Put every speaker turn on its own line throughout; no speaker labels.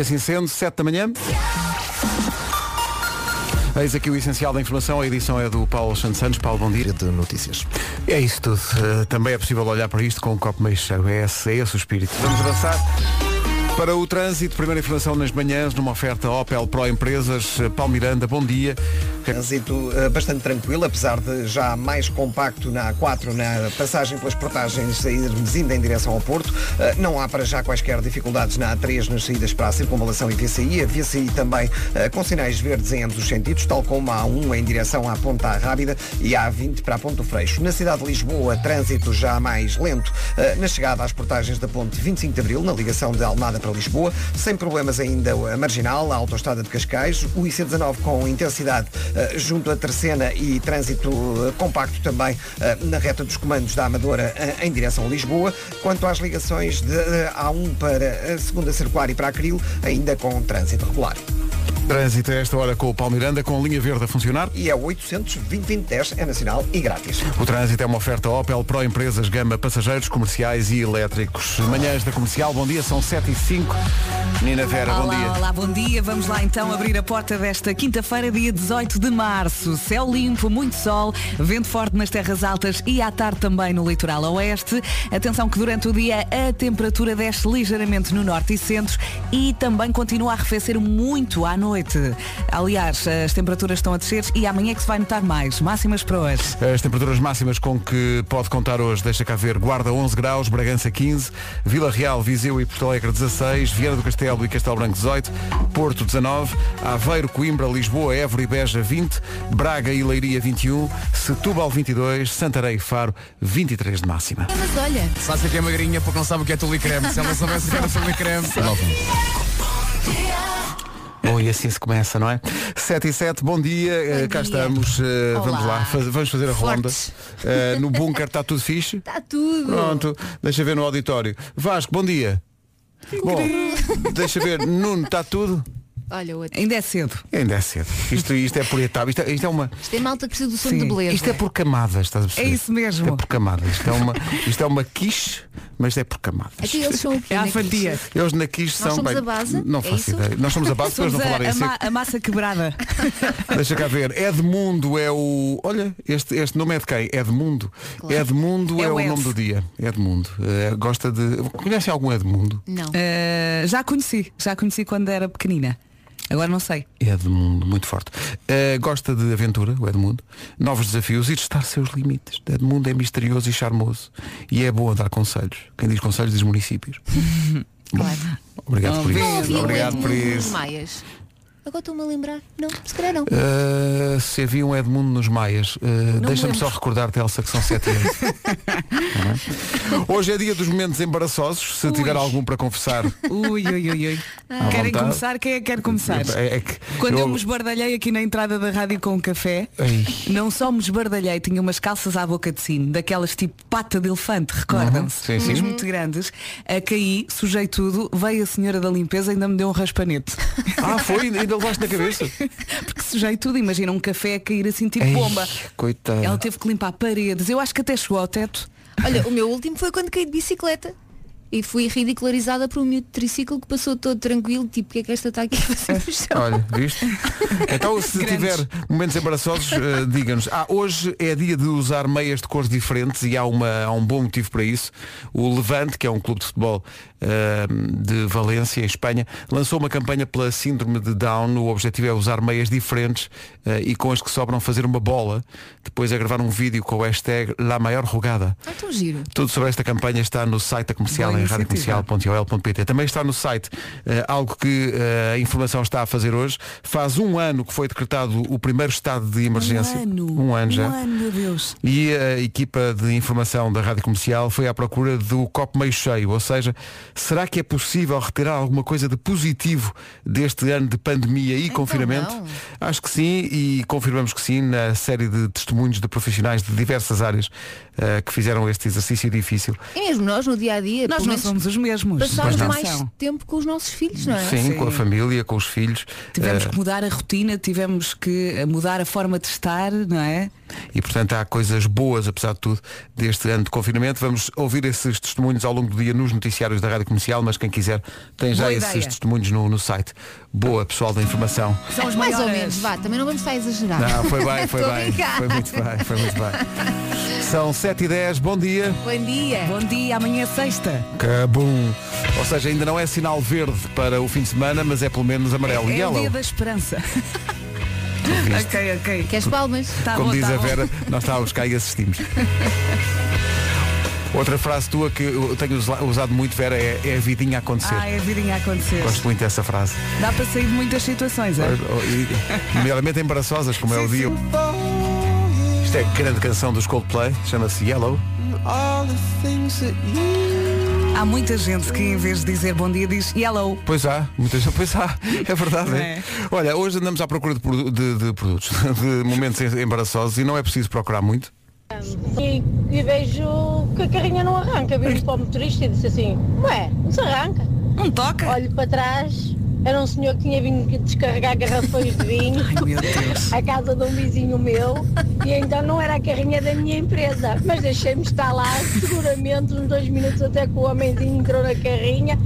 assim sendo, 7 da manhã. Eis aqui o essencial da informação, a edição é do Paulo Santos Santos. Paulo, bom dia.
de notícias.
É isso tudo. Eh, também é possível olhar para isto com um copo meio cheio. É esse, é esse o espírito. Vamos avançar. Para o trânsito, primeira informação nas manhãs, numa oferta Opel Pro Empresas. Eh, Paulo Miranda, bom dia.
Trânsito eh, bastante tranquilo, apesar de já mais compacto na A4, na passagem pelas portagens, sairmos ainda em direção ao Porto. Eh, Não há para já quaisquer dificuldades na A3 nas saídas para a circunvalação e VCI. A VCI também eh, com sinais verdes em ambos os sentidos, tal como a A1 em direção à Ponta Rábida e a A20 para a Ponto Freixo. Na cidade de Lisboa, trânsito já mais lento eh, na chegada às portagens da Ponte 25 de Abril, na ligação de Almada para Lisboa, sem problemas ainda a marginal, a autoestrada de Cascais, o IC19 com intensidade eh, junto à Terceira e trânsito eh, compacto também eh, na reta dos comandos da Amadora eh, em direção a Lisboa. Quanto às ligações de eh, A1 para a segunda circular e para Acril, ainda com trânsito regular.
Trânsito a esta hora com o Paulo Miranda, com a linha verde a funcionar.
E é 800 é nacional e grátis.
O trânsito é uma oferta Opel Pro Empresas, gama passageiros, comerciais e elétricos. Manhãs da Comercial, bom dia, são 7 e 5. Nina Vera, bom
olá,
dia.
olá, bom dia. Vamos lá então abrir a porta desta quinta-feira, dia 18 de março. Céu limpo, muito sol, vento forte nas terras altas e à tarde também no litoral oeste. Atenção que durante o dia a temperatura desce ligeiramente no norte e centro e também continua a arrefecer muito à noite. Aliás, as temperaturas estão a descer e amanhã é que se vai notar mais. Máximas para hoje.
As temperaturas máximas com que pode contar hoje, deixa cá ver, Guarda 11 graus, Bragança 15, Vila Real, Viseu e Porto Alegre 16, Vieira do Castelo e Castelo Branco 18, Porto 19, Aveiro, Coimbra, Lisboa, Évora e Beja 20, Braga e Leiria 21, Setúbal 22, Santarém e Faro 23 de máxima.
Mas olha,
Sabe o que é magrinha porque não sabe o que é tulicreme. Se ela soubesse o que era tulicreme.
Bom, e assim se começa, não é? 7 e 7, bom dia, eh, cá
dia.
estamos, eh,
Olá.
vamos lá, faz- vamos fazer a ronda.
Fortes.
Eh, no bunker está tudo fixe?
está tudo.
Pronto, deixa ver no auditório. Vasco, bom dia. Bom, deixa ver, Nuno, está tudo?
Olha, outro.
Ainda é cedo.
Ainda é cedo. Isto, isto é por etapa, isto, é- isto é uma.
Isto é malta que precisa do sono
Sim.
de beleza.
Isto é por camadas, estás a perceber?
É isso mesmo.
Isto é por camadas. Isto é uma, isto é uma quiche, mas é por camadas.
Aqui eles são o quê?
É à
naqueles?
fatia.
Eles na quiche são.
Nós somos
bem,
a base,
Não
é
faço
isso?
ideia. Nós somos a base, depois
Somos
não
a,
falarem
a
assim.
ma- a massa quebrada.
Deixa cá ver. Edmundo é o. Olha, este, este nome é de quem? Edmundo.
Claro.
Edmundo é,
É o
o
Ed.
nome do dia. Edmundo. Eh, gosta de. Conhece algum Edmundo?
Não.
Eh, já a conheci, já a conheci quando era pequenina. Agora não sei.
Edmundo, muito forte. Uh, gosta de aventura, o Edmundo, novos desafios e de estar seus limites. Edmundo é misterioso e charmoso. E é bom a dar conselhos. Quem diz conselhos diz municípios.
Claro.
Bom, Obrigado por
Não
isso.
havia um
Obrigado por
Edmundo nos
isso.
Maias. Agora estou-me a lembrar. Não, se calhar não.
Uh, se havia um Edmundo nos Maias, uh, deixa-me
lembro.
só recordar-te, Elsa, que são sete anos. Está bem? Hoje é dia dos momentos embaraçosos. Se tiver algum para confessar,
Ui, ui, ui, ui.
À
Querem
vontade.
começar? Quem é que quer começar?
é, é que.
Quando eu me esbardalhei aqui na entrada da rádio com um café,
Ai.
não só me esbardalhei, tinha umas calças à boca de sino, daquelas tipo pata de elefante, recordam-se?
Uhum, sim, sim.
Umas muito grandes. A caí, sujei tudo, veio a senhora da limpeza e ainda me deu um raspanete.
Ah, foi? Ainda levaste na cabeça?
Porque sujei tudo, imagina um café a cair assim tipo
Ei,
bomba.
Coitada.
Ela teve que limpar paredes, eu acho que até chegou ao teto.
Olha, o meu último foi quando caí de bicicleta. E fui ridicularizada por um miúdo de triciclo que passou todo tranquilo, tipo, o que é que esta está aqui a fazer no chão?
Olha, viste? Então, se
Grandes.
tiver momentos embaraçosos, eh, diga-nos. Ah, hoje é dia de usar meias de cores diferentes e há, uma, há um bom motivo para isso. O Levante, que é um clube de futebol eh, de Valência, em Espanha, lançou uma campanha pela síndrome de Down. O objetivo é usar meias diferentes eh, e com as que sobram fazer uma bola. Depois é gravar um vídeo com o hashtag La Maior Rogada.
Ah, tão giro.
Tudo sobre esta campanha está no site da comercial em
Boa iniciativa.
radiocomercial.ol.pt. Também está no site eh, algo que eh, a informação está a fazer hoje. Faz um ano que foi decretado o primeiro estado de emergência.
Um ano.
já.
Um ano, meu Deus.
E a equipa de informação da Rádio Comercial foi à procura do copo meio cheio, ou seja, será que é possível retirar alguma coisa de positivo deste ano de pandemia
Então
e confinamento?
não.
Acho que sim e confirmamos que sim na série de testemunhos de profissionais de diversas áreas eh, que fizeram este exercício difícil.
E mesmo nós, no dia a dia,
Nós não
pelo menos
somos os mesmos.
passámos
Atenção.
mais tempo com os nossos filhos, não é?
Sim,
Ah, Sim.
com a família, com os filhos.
Tivemos
eh,
que mudar a rotina, tivemos que eh, mudar a forma de estar, não é?
E portanto há coisas boas, apesar de tudo, deste ano de confinamento. Vamos ouvir esses testemunhos ao longo do dia nos noticiários da Rádio Comercial, mas quem quiser tem já
Boa
esses
ideia.
testemunhos no, no site. Boa, pessoal da informação.
São os
Mais ou
maiores.
menos, vá, também não vamos estar a
Tá.
exagerar.
Não, foi bem, foi
Tô a
bem.
brincar.
Foi muito bem, foi muito bem. São 7 e 10 bom dia.
Bom dia.
Bom dia, amanhã é sexta.
Cabum. Ou seja, ainda não é sinal verde para o fim de semana, mas é pelo menos amarelo e
é o
yellow.
dia da esperança.
viste?
ok, ok.
Queres palmas?
Tá
Como
bom,
diz
tá
a
bom.
Vera, nós estávamos cá e assistimos. Outra frase tua que eu tenho usla- usado muito, Vera, é, é a vidinha a acontecer.
Ah, é a vidinha a acontecer.
Gosto muito dessa frase. oh,
Dá para sair de muitas situações, é?
E, nomeadamente embaraçosas, como é o
Sim,
dia. Isto é grande canção dos Coldplay, chama-se Yellow.
Há muita gente que em vez de dizer bom dia diz yellow.
Pois há, muitas pois há, é verdade.
Não
é?
é?
Olha, hoje andamos à procura de, produ- de- de produtos, de momentos embaraçosos e não é preciso procurar muito.
E, e vejo que a carrinha não arranca. Viro-me para o motorista e disse assim, ué, não se arranca.
Não toca?
Olho para trás, era um senhor que tinha vindo que descarregar garrafões de vinho
Ai meu Deus.
à casa de um vizinho meu e então não era a carrinha da minha empresa. Mas deixei-me estar lá seguramente uns dois minutos até que o homenzinho entrou na carrinha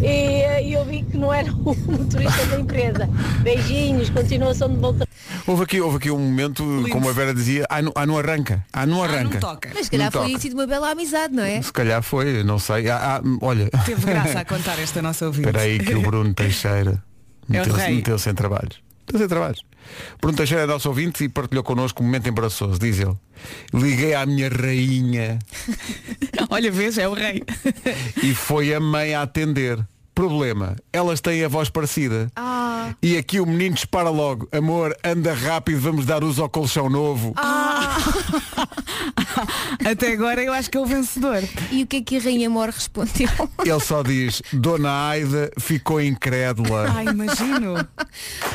e, e eu vi que não era o motorista da empresa. Beijinhos, continuação de bom trabalho.
Houve aqui, houve aqui um momento, como a Vera dizia, ah, não, ah, não arranca, ah, não
Ah,
arranca.
não toca.
Mas se calhar
Não
foi
toca.
isso de uma bela amizade, não é?
Se calhar foi, não sei. Ah, ah, olha.
Teve graça a contar esta nossa ouvinte.
Espera aí que o Bruno Teixeira
É o
meteu-se
rei.
meteu-se em trabalhos. Meteu-se em trabalhos. Bruno Teixeira é nosso ouvinte e partilhou connosco um momento embaraçoso, diz ele. Liguei à minha rainha
Olha, vês, é o rei.
e foi a mãe a atender. Problema, elas têm a voz parecida.
Ah.
E aqui o menino dispara logo. Amor, anda rápido, vamos dar uso ao colchão novo.
Ah. Até agora eu acho que é o vencedor.
E o que é que a Rainha Mor respondeu?
Ele só diz, Dona Aida ficou incrédula.
Ai, imagino.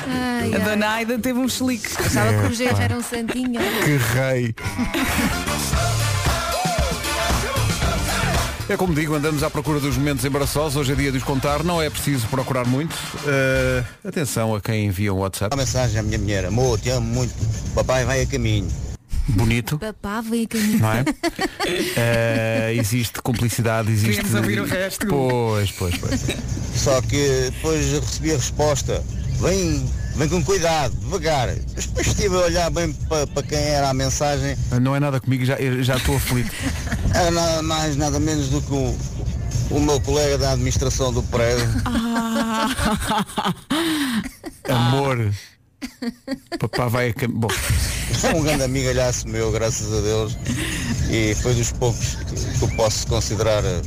Ai,
A
ai.
dona Aida teve um chelique.
Achava que o
É,
Rogério era um santinho.
Que rei! É como digo, andamos à procura dos momentos embaraçosos. Hoje é dia de os contar, não é preciso procurar muito. Uh, atenção a quem envia um WhatsApp.
Uma mensagem à minha mulher, amor, te amo muito, papai vai a caminho.
Bonito,
Papá vem a caminho.
não é? Uh, existe cumplicidade, existe.
Queremos ouvir o resto.
Pois, pois, pois.
Só que depois recebi a resposta, vem, vem com cuidado, devagar. Mas depois estive a olhar bem para quem era a mensagem,
Não é nada comigo, já, eu já estou aflito.
era nada mais, nada menos do que o, o meu colega da administração do prédio.
Ah. Amor. Papá vai a cam... Bom,
É um grande amigalhaço meu, graças a Deus. E foi dos poucos que, que eu posso considerar eh,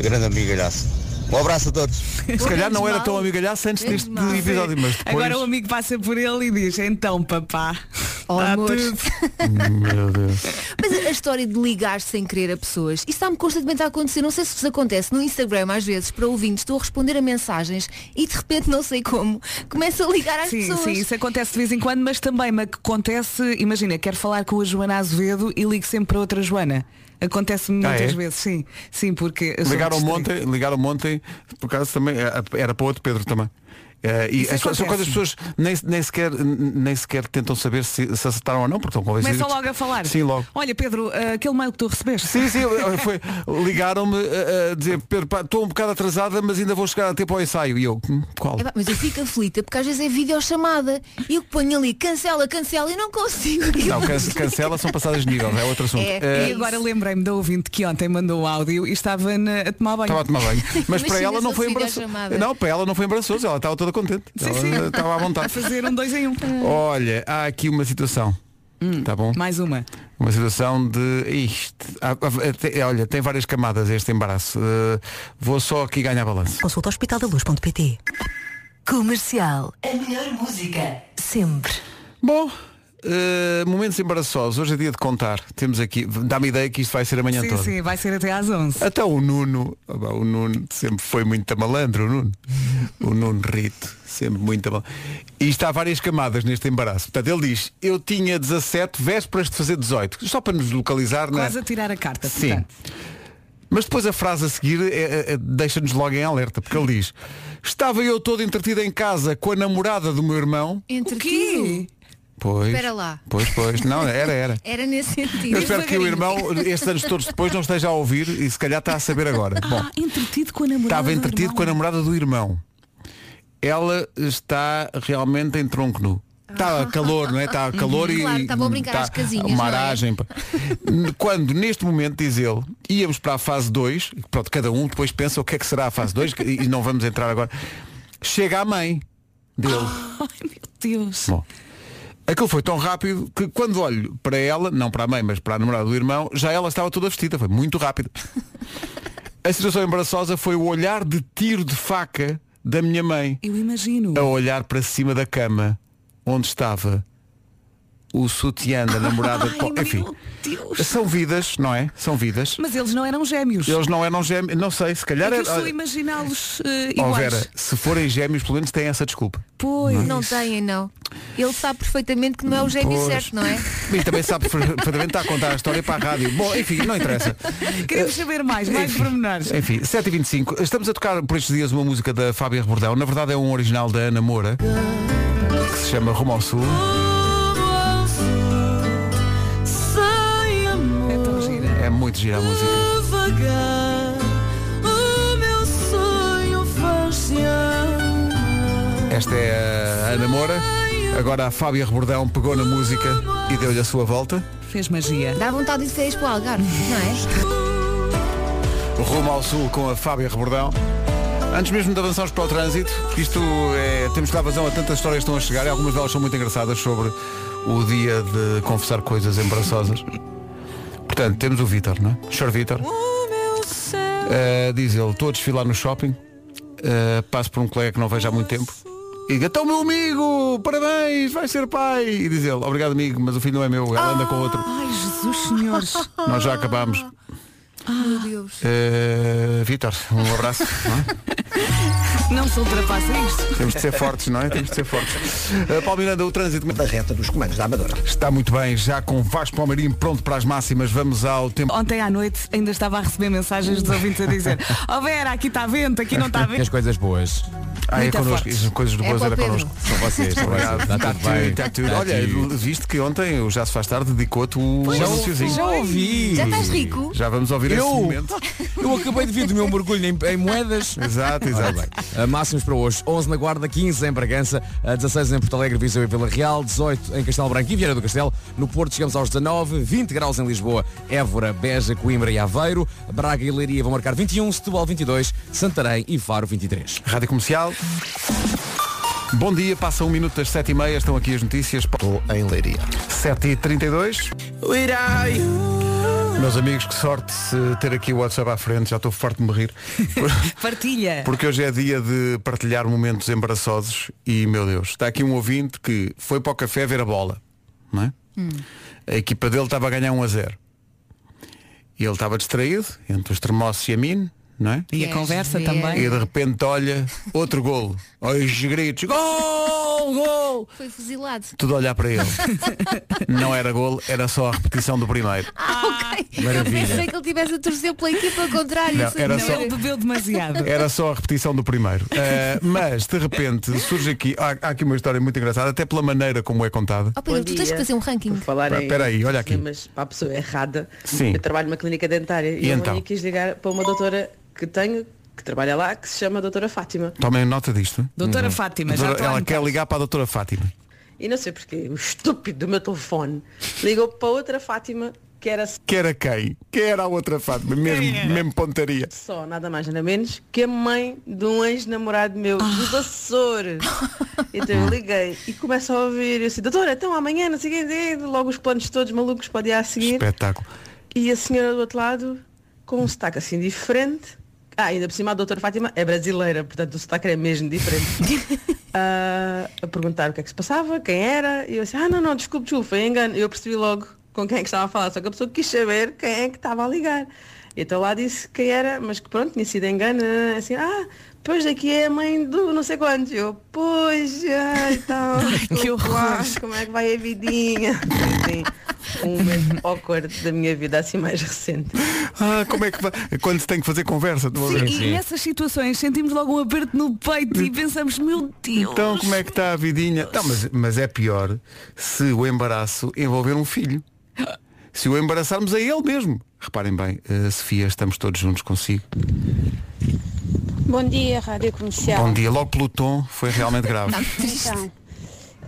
grande amigalhaço. Um abraço a todos.
se calhar não era
mal.
tão amigalhaço antes deste
Menos mal.
episódio, mas depois.
Agora o amigo passa por ele e diz, então papá.
Oh,
dá
amor.
tudo.
Meu Deus.
Mas a história de ligar sem querer a pessoas, isso está-me constantemente a acontecer. Não sei se vos acontece no Instagram, às vezes, para ouvintes, estou a responder a mensagens e de repente, não sei como, começo a ligar às
Sim,
pessoas.
sim, isso acontece de vez em quando, mas também me acontece, imagina, quero falar com a Joana Azevedo e ligo sempre para outra Joana. Acontece-me
Ah,
muitas
é?
vezes, sim. Sim, porque. eu sou
Ligaram
muito
ontem, ligaram ontem, por acaso também, eh, era para outro Pedro também. Eh, e
Isso
as, co- são
acontece.
coisas que as pessoas nem, nem sequer, nem sequer tentam saber se, se acertaram ou não, porque estão convencidas.
Começam logo a falar.
Sim, logo.
Olha, Pedro, ah, aquele mail que tu recebeste.
Sim, sim, eh, foi. Ligaram-me eh, a dizer, Pedro, pá, estou um bocado atrasada, mas ainda vou chegar a tempo ao ensaio. E eu, "Hum, qual?
Epá, mas eu fico aflita porque às vezes é videochamada e eu ponho ali cancela, cancela e não consigo.
Não, can- cancela, são passadas de nível, é outro assunto.
É,
Eh,
E agora lembrei-me da ouvinte que ontem mandou o áudio e estava na- a tomar banho.
Estava a tomar banho. Mas para
Imagina
ela não
se
foi
fosse
embaraçoso.
videochamada.
Não, para ela não foi embaraçoso, ela estava toda contente.
Sim,
Ela,
sim.
eh, Estava à
a
vontade.
fazer um dois em um.
Olha, há aqui uma situação. Tá bom?
Hum, Mais uma.
Uma situação de. Isto, há- há- eh, te- olha, tem várias camadas este embaraço. Eh, vou só aqui ganhar balanço.
Consulta hospitaldaluz.pt Comercial. A melhor música. Sempre.
Bom, eh, momentos embaraçosos. Hoje é dia de contar. Temos aqui. Dá-me ideia que isto vai ser amanhã
Sim,
toda.
sim, vai ser até às 11.
Até o Nuno, ah, pá, o Nuno sempre foi muito malandro, o Nuno. O Nuno Rito, sempre muito malandro. E está há várias camadas neste embaraço. Portanto, ele diz, eu tinha 17, vésperas de fazer 18. Só para nos localizar na.
Quase a tirar a carta.
é? Sim.
portanto.
Mas depois a frase a seguir é- é- é- deixa-nos logo em alerta, porque ele diz Estava eu todo entretido em casa com a namorada do meu irmão.
Entre tudo.
Pois.
Espera lá.
Pois, pois. Não, era, era.
Era nesse sentido.
Eu espero que o irmão,
Devagarinho.
estes anos todos depois, não esteja a ouvir e se calhar está a saber agora. Bom,
Ah, entretido com a namorada.
estava
do
entretido
irmão.
com a namorada do irmão. Ela está realmente em tronco nu.
Ah.
Está calor, não é?
Uhum.
Está calor e.
Claro, estavam a brincar
está
às casinhas,
Uma
não é?
aragem. pá. Quando, neste momento, diz ele, íamos para a fase 2, pronto, cada um depois pensa o que é que será a fase 2 e não vamos entrar agora. Chega a mãe dele.
Ai, meu Deus.
Bom. Aquilo foi tão rápido que quando olho para ela, não para a mãe, mas para a namorada do irmão, já ela estava toda vestida, foi muito rápido. A situação embaraçosa foi o olhar de tiro de faca da minha mãe
Eu imagino.
a olhar para cima da cama onde estava o sutiã da namorada.
Ai,
Bom,
meu
enfim,
Deus.
são vidas, não é? São vidas.
Mas eles não eram gêmeos.
Eles não eram gêmeos, não sei, se calhar
É que eu
era.
estou a imaginá-los eh,
Oh,
iguais.
Vera, se forem gêmeos, pelo menos têm essa desculpa.
Pois.
Não têm, não. Ele sabe perfeitamente que não é o gênio
é Pois.
certo, não é?
Mas também sabe perfeitamente está a contar a história para a rádio. Bom, enfim, não interessa.
Queremos saber mais, mais pormenores.
Enfim, 7h25. Estamos a tocar por estes dias uma música da Fábia Rebordão. Na verdade é um original da Ana Moura, que se chama Rumo ao Sul.
É tão gira.
É muito gira a música. Esta é a Ana Moura. Agora a Fábia Rebordão pegou na música e deu-lhe a sua volta.
Fez magia.
Dá vontade de férias para o Algarve, não é?
Rumo ao Sul com a Fábia Rebordão. Antes mesmo de avançarmos para o trânsito, isto é, temos que dar vazão a tantas histórias que estão a chegar e algumas delas são muito engraçadas sobre o dia de confessar coisas embaraçosas. Portanto, temos o Vítor, não é? Sr. Vítor. Uh, diz ele, estou a desfilar no shopping, uh, passo por um colega que não vejo há muito tempo. E digo, então meu amigo, parabéns, vais ser pai. E diz ele, obrigado amigo, mas o filho não é meu, ela anda com outro.
Ai, Jesus senhores. Ah,
Nós já acabámos.
Meu Deus.
Uh, Vítor, um abraço. não é?
Não se ultrapassa é isto.
Temos de ser fortes, não é? Temos de ser fortes. Uh, Paulo Miranda, o trânsito
Da reta dos comandos da Amadora.
está muito bem, já com Vasco Palmeirim pronto para as máximas, vamos ao tempo.
Ontem à noite ainda estava a receber mensagens dos ouvintes a dizer Ó Vera, aqui está vento, aqui não está
E as
vento.
coisas boas.
Ah, é
Muito
connosco,
forte.
isso, coisas do
É
Boas
para o
era
Pedro.
connosco.
São vocês, são vocês.
Obrigado.
Está
Tá
tudo bem.
tudo, tá tudo.
Tá
Olha,
tudo.
viste que ontem o Já se faz tarde dedicou-te o anúnciozinho.
Já tá- ouvi.
Já estás rico?
Já vamos ouvir esse
Eu,
momento.
eu acabei de vir do meu mergulho em, em moedas.
Exato,
Ora
exato.
bem, a máximos para hoje, 11 na Guarda, 15 em Bragança, a 16 em Porto Alegre, Viseu e Vila Real, 18 em Castelo Branco e Vieira do Castelo, no Porto chegamos aos 19, 20 graus em Lisboa, Évora, Beja, Coimbra e Aveiro, Braga e Leiria vão marcar 21, Setúbal 22, Santarém e Faro 23.
Rádio Comercial. Bom dia, passa um minuto das 7h30, estão aqui as notícias. Estou em Leiria. 7h32. Meus amigos, que sorte se ter aqui o WhatsApp à frente, já estou forte de me rir.
Partilha.
Porque hoje é dia de partilhar momentos embaraçosos e, meu Deus, está aqui um ouvinte que foi para o café ver a bola. Não é? A equipa dele estava a ganhar 1 a 0. E ele estava distraído, entre os termossos e a mim, não é?
E a conversa
Queres ver?
E
também.
de repente olha outro golo. Os gritos. Gol! Gol!
Foi fuzilado.
Oh, Tudo a olhar para ele. Não era golo, era só a repetição do primeiro.
Ah, ok.
maravilha.
Eu pensei que ele estivesse a torcer pela equipa contrária.
Não, era
Não,
só-
ele bebeu demasiado.
Era só a repetição do primeiro. Eh, mas, de repente, surge aqui. Há, há aqui uma história muito engraçada, até pela maneira como é contada.
Oh, Pedro, tu tens que fazer um ranking.
Por falar
Espera-
em
espera aí, olha aqui.
cinemas para a pessoa é errada.
Sim.
Eu trabalho numa clínica dentária e,
E
eu
então?
amanhã quis ligar para uma doutora que tenho, que trabalha lá, que se chama doutora Fátima.
Tomem nota disto.
Doutora Fátima, já
Doutora-
estou a
ela quer
anotar.
ligar para a doutora Fátima.
E não sei porquê, o estúpido do meu telefone ligou para outra Fátima que era
Que era quem? Que era a outra Fátima? Mesmo,
é?
mesmo pontaria.
só, nada mais nada menos, que a mãe de um ex-namorado meu, dos Açores. Então eu liguei e começo a ouvir, eu disse, doutora, então amanhã, não sei o quê, não sei o quê", logo os planos todos malucos para o dia a seguir.
Espetáculo.
E a senhora do outro lado, com um sotaque assim diferente. Ah, ainda por cima a doutora Fátima é brasileira, portanto o sotaque era mesmo diferente. Ah, a perguntar o que é que se passava, quem era, e eu assim, ah não, não, desculpe, desculpe, foi engano. Eu percebi logo com quem é que estava a falar, só que a pessoa quis saber quem é que estava a ligar. E Então lá disse quem era, mas que pronto, tinha sido engano, ah, assim, ah, pois aqui é a mãe do não sei quantos. Eu, pois, ah, então,
Que horror.
como é que vai a vidinha? Assim, um momento awkward da minha vida assim mais recente.
Ah, como é que vai? Quando se tem que fazer conversa, estou a ver.
Sim, e nessas situações sentimos logo um aperto no peito e pensamos, meu Deus.
Então como é que está a vidinha? Não, mas, mas é pior se o embaraço envolver um filho. Se o embaraçarmos a ele mesmo. Reparem bem, eh, Sofia, estamos todos juntos consigo.
Bom dia, Rádio Comercial.
Bom dia, logo pelo tom foi realmente grave.
Então,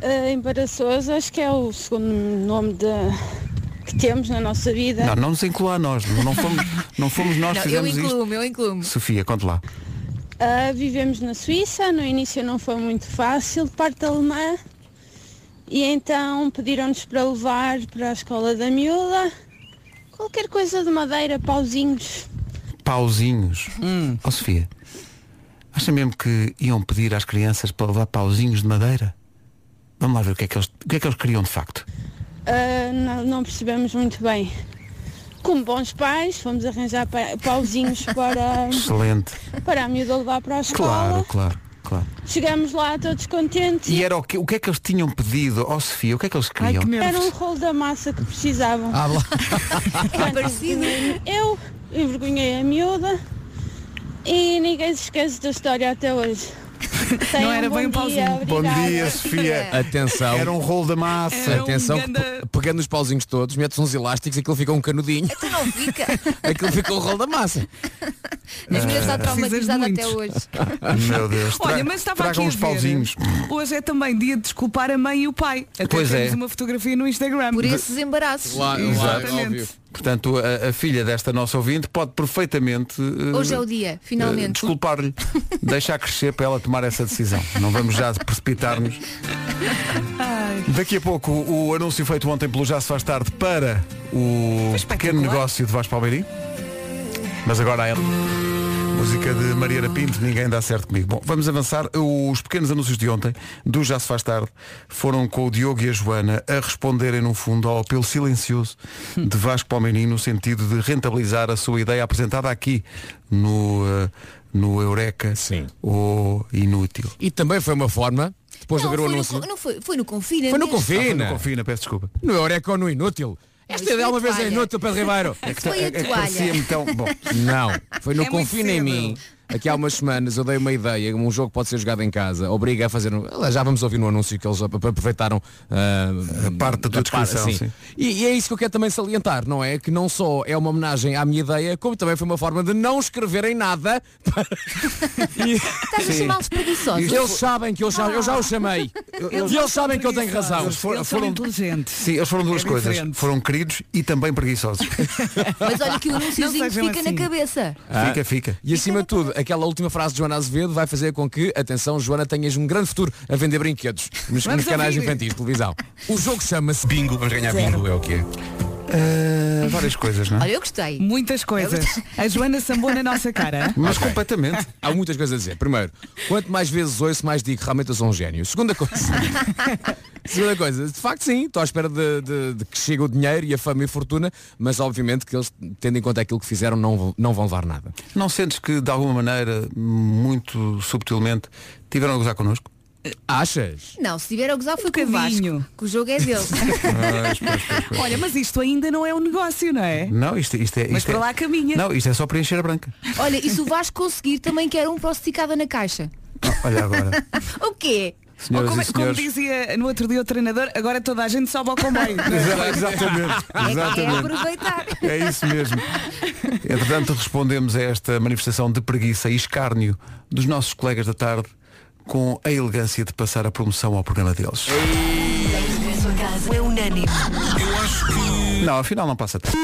eh, embaraçoso acho que é o segundo nome de- que temos na nossa vida.
Não, não nos inclua a nós, não fomos, não fomos nós que
Não, eu
fizemos isto.
incluo-me, eu incluo-me.
Sofia, conte lá.
Ah, vivemos na Suíça, no início não foi muito fácil, de parte alemã, e então pediram-nos para levar para a escola da miúda qualquer coisa de madeira, pauzinhos.
Pauzinhos. Ó Sofia, acha mesmo que iam pedir às crianças para levar pauzinhos de madeira? Vamos lá ver o que é que eles, o que é que eles queriam de facto.
Ah, não, não percebemos muito bem. Como bons pais, fomos arranjar pa- pauzinhos para,
Excelente.
para a miúda levar para a
Claro,
escola.
claro, claro.
Chegámos lá todos contentes.
E era o que, o que é que eles tinham pedido? Ó Sofia, o que é que eles
Ai,
queriam?
que
Era um
medo.
rolo da massa que precisavam.
Ah, lá.
Ah,
Portanto,
é?
envergonhei-me Eu envergonhei a miúda e ninguém se esquece da história até hoje. Tenham
era
um
bem um
bom
pauzinho.
dia,
Bom
obrigada.
dia, Sofia.
É. Atenção. É
Era um rolo da massa.
Era um
Atenção, que
ganda-
pe- pegando nos pauzinhos todos, metes uns elásticos e aquilo fica um canudinho.
Tu não fica.
Aquilo fica o rolo da massa. Ah.
Mas mulher está traumatizada
muito.
até hoje.
Ah. Meu Deus.
Olha,
tra-
mas estava
tragam
aqui a
uns
ver.
pauzinhos.
Hoje é também dia de desculpar a mãe e o pai. Até
Pois
temos
é.
uma fotografia no Instagram.
Por esses embaraços.
é Exatamente.
Portanto, a, a filha desta nossa ouvinte pode perfeitamente. eh,
Hoje é o dia,
eh,
finalmente.
Desculpar-lhe, deixar crescer para ela tomar essa decisão. Não vamos já precipitar-nos. Daqui a pouco o anúncio feito ontem pelo Já Se Faz Tarde para o pequeno
espetacular.
negócio de Vasco Palmeiri. Mas agora a ela. Música de Mariana Pinto, ninguém dá certo comigo. Bom, vamos avançar. Os pequenos anúncios de ontem, do Já Se Faz Tarde, foram com o Diogo e a Joana a responderem, no fundo, ao apelo silencioso de Vasco Palmeirim no sentido de rentabilizar a sua ideia apresentada aqui no, eh, no Eureka
Sim.
ou Inútil.
E também foi uma forma, depois de
Não,
haver o
foi, no,
anúncio.
co- não foi, foi no Confina.
Foi no
mesmo.
Ah, foi no
Confina.
Confina, peço desculpa.
No Eureka ou no é Inútil.
isso
Esta
foi
ideia uma
a
vez é
toalha. É
inútil, Pedro Ribeiro. É
Foi a toalha.
Parecia-me tão... Bom,
Não, foi no
É muito
Confina em
cedo.
mim. Aqui há umas semanas eu dei uma ideia, um jogo que pode ser jogado em casa, obriga a fazer um... Ah, Já vamos ouvir no anúncio que eles ap- aproveitaram ah,
A parte da tua
parte,
descrição, sim.
E, e é isso que eu quero também salientar, não é? Que não só é uma homenagem à minha ideia, como também foi uma forma de não escreverem nada. E
Estás a chamá-los preguiçosos.
eles sabem que eu já, eu já os chamei. e eles sabem que eu tenho razão.
eles foram-
Eles são
foram-
inteligentes.
Sim,
É
eles foram duas coisas.
diferente.
Foram queridos e também preguiçosos.
Mas olha que o anúnciozinho
sejam
fica
assim.
na cabeça.
Fica, fica.
Ah. E acima de tudo, aquela última frase de Joana Azevedo vai fazer com que, atenção, Joana tenhas um grande futuro a vender brinquedos nos,
Vamos
nos canais
ouvir.
infantis de televisão. O jogo chama-se Bingo. Vamos ganhar bingo, é o quê?
Ah, várias coisas, não é?
Olha, eu gostei.
Muitas coisas. A Joana sambou na nossa cara.
Mas completamente.
Há muitas coisas a dizer. Primeiro, quanto mais vezes ouço, mais digo, realmente eu sou um gênio. Segunda coisa. Segunda coisa, de facto sim, estou à espera de, de- de que chegue o dinheiro e a fama e a fortuna, mas obviamente que eles, tendo em conta aquilo que fizeram, não, vão- não vão levar nada.
Não sentes que, de alguma maneira, muito subtilmente, tiveram a gozar connosco?
Achas?
Não, se tiver a gozar foi com o
Um bocadinho.
Vasco. Que o jogo é dele.
Olha, mas isto ainda não é um negócio, não é?
Não, isto, isto é. Isto
Mas
é-
para lá caminha.
Não, isto é só preencher a branca.
Olha, e se o Vasco conseguir, também quer um para o esticada na caixa.
Ah, Olha agora.
O quê?
Ou
Senhoras
como, é-
e
como
senhores.
dizia no outro dia o treinador, agora toda a gente sobe ao comboio.
Exa- Exatamente.
É, é
Exatamente.
aproveitar.
É isso mesmo. Entretanto, respondemos a esta manifestação de preguiça e escárnio dos nossos colegas da tarde com a elegância de passar a promoção ao programa deles.
A sua casa é unânime.
Não, afinal não passa tanto.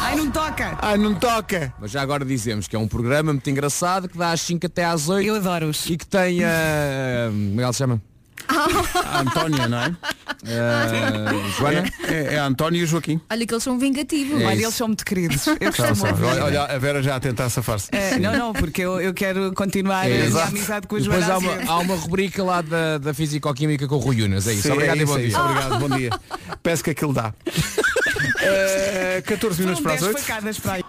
Ai, não toca!
Ai, não toca!
Mas já agora dizemos que é um programa muito engraçado, que dá às 5 até às 8
Eu adoro-os.
e que tem a. como é que ela se chama?
Ah.
A Antónia, não é?
Ah, Joana?
É, é a Antónia e o Joaquim.
Olha que eles são vingativos.
Olha,
isso.
eles são muito queridos. Eu
São,
costumo
são.
ouvir.
Olha, olha, a Vera já a tentar safar-se.
Eh, não, não, porque eu, eu quero continuar a minha
Exato.
amizade com a
E Eh, Depois
Joana.
há uma,
Azevedo.
há uma rubrica lá da, da Fisicoquímica com o Rui Unas, é isso.
Sim,
Obrigado
é
e bom
isso, é
dia.
isso. Obrigado, bom dia. Peço que aquilo dá. Eh, 14 minutos
São
para as
10
8.
facadas para aí.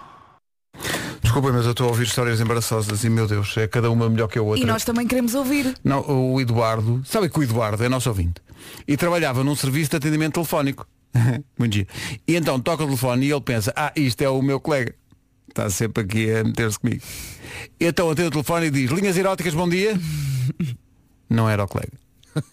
Desculpem, mas eu estou a ouvir histórias embaraçosas e meu Deus, é cada uma melhor que a outra.
E nós também queremos ouvir.
Não, o Eduardo, sabe que o Eduardo é nosso ouvinte e trabalhava num serviço de atendimento telefónico. Muito giro. E então toca o telefone e ele pensa, ah, isto é o meu colega. Está sempre aqui a meter-se comigo. Então atende o telefone e diz, linhas eróticas, bom dia. Não era o colega.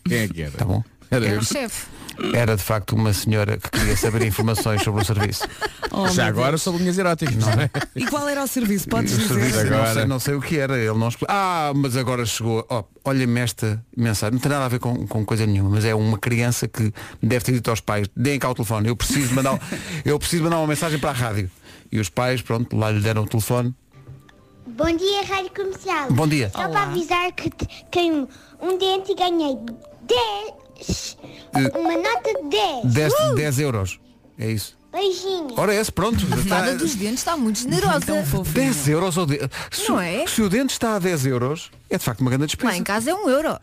Quem é que era?
Tá bom.
Era eu.
Era o chefe.
Era de facto uma senhora que queria saber informações sobre o serviço.
Já
Oh, meu Deus.
agora sobre linhas eróticas, não é?
E qual era o serviço? Podes
O serviço,
dizer?
agora.
Não, sei, não sei o que era. Ele não expli- Ah, mas agora chegou. ó, Olha-me esta mensagem. Não tem nada a ver com, com coisa nenhuma, mas é uma criança que deve ter dito aos pais, deem cá o telefone, eu preciso mandar, eu preciso mandar uma mensagem para a rádio. E os pais, pronto, lá lhe deram o telefone.
Bom dia, Rádio Comercial.
Bom dia.
Só para avisar que te- tenho um dente e ganhei 10.
Eh.
Uma nota de Uh! 10.
10, 10 euros. É isso.
Beijinho.
Ora é esse, pronto.
Nada
Está-
dos dentes está muito generosa.
Tão fofinho.
10 euros ou de... se,
Não
o-
é?
se o dente está a 10 euros, é de facto uma grande despesa.
Lá em casa é um euro.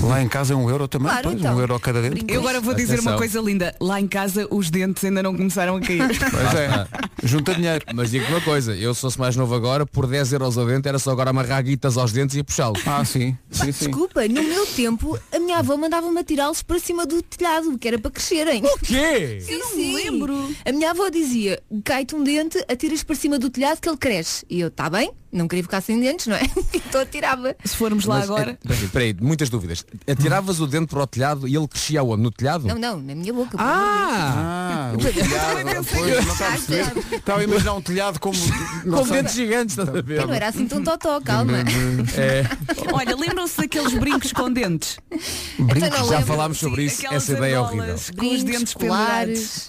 Lá em casa é um euro também,
Claro,
pois,
então.
um euro a cada dente.
Brinco.
Eu agora vou dizer
Atenção.
uma coisa linda. Lá em casa os dentes ainda não começaram a cair.
Pois é. Junta dinheiro.
Mas digo uma coisa, eu se fosse mais novo agora, por 10 euros ao dente, era só agora amarrar guitas aos dentes e puxá-los.
Ah, sim. Sim, sim.
Desculpa, no meu tempo a minha avó mandava-me atirá-los para cima do telhado, que era para crescerem.
O quê?
Eu não me lembro. A minha avó dizia, cai-te um dente, atiras para cima do telhado que ele cresce. E eu, tá bem, não queria ficar sem dentes, não é? Então atirava.
Se formos lá
Mas,
agora.
é- Peraí, peraí, muitas dúvidas. Atiravas o dente para o telhado e ele crescia onde? No
É
telhado?
um
Não, não, na minha boca.
Ah!
Ah, o telhado, pois, não está a perceber. Estava a imaginar um telhado como. Não
Com
sei. Então,
dentes gigantes, estás a ver?
Eu não era assim tão totó, calma.
É,
Olha, lembram-se daqueles brincos com dentes?
Então não
já
lembro,
falámos sobre isso,
Aquelas
essa ideia é
argolas
horrível.
Com os dentes
Brincos,
pendurados.
colares.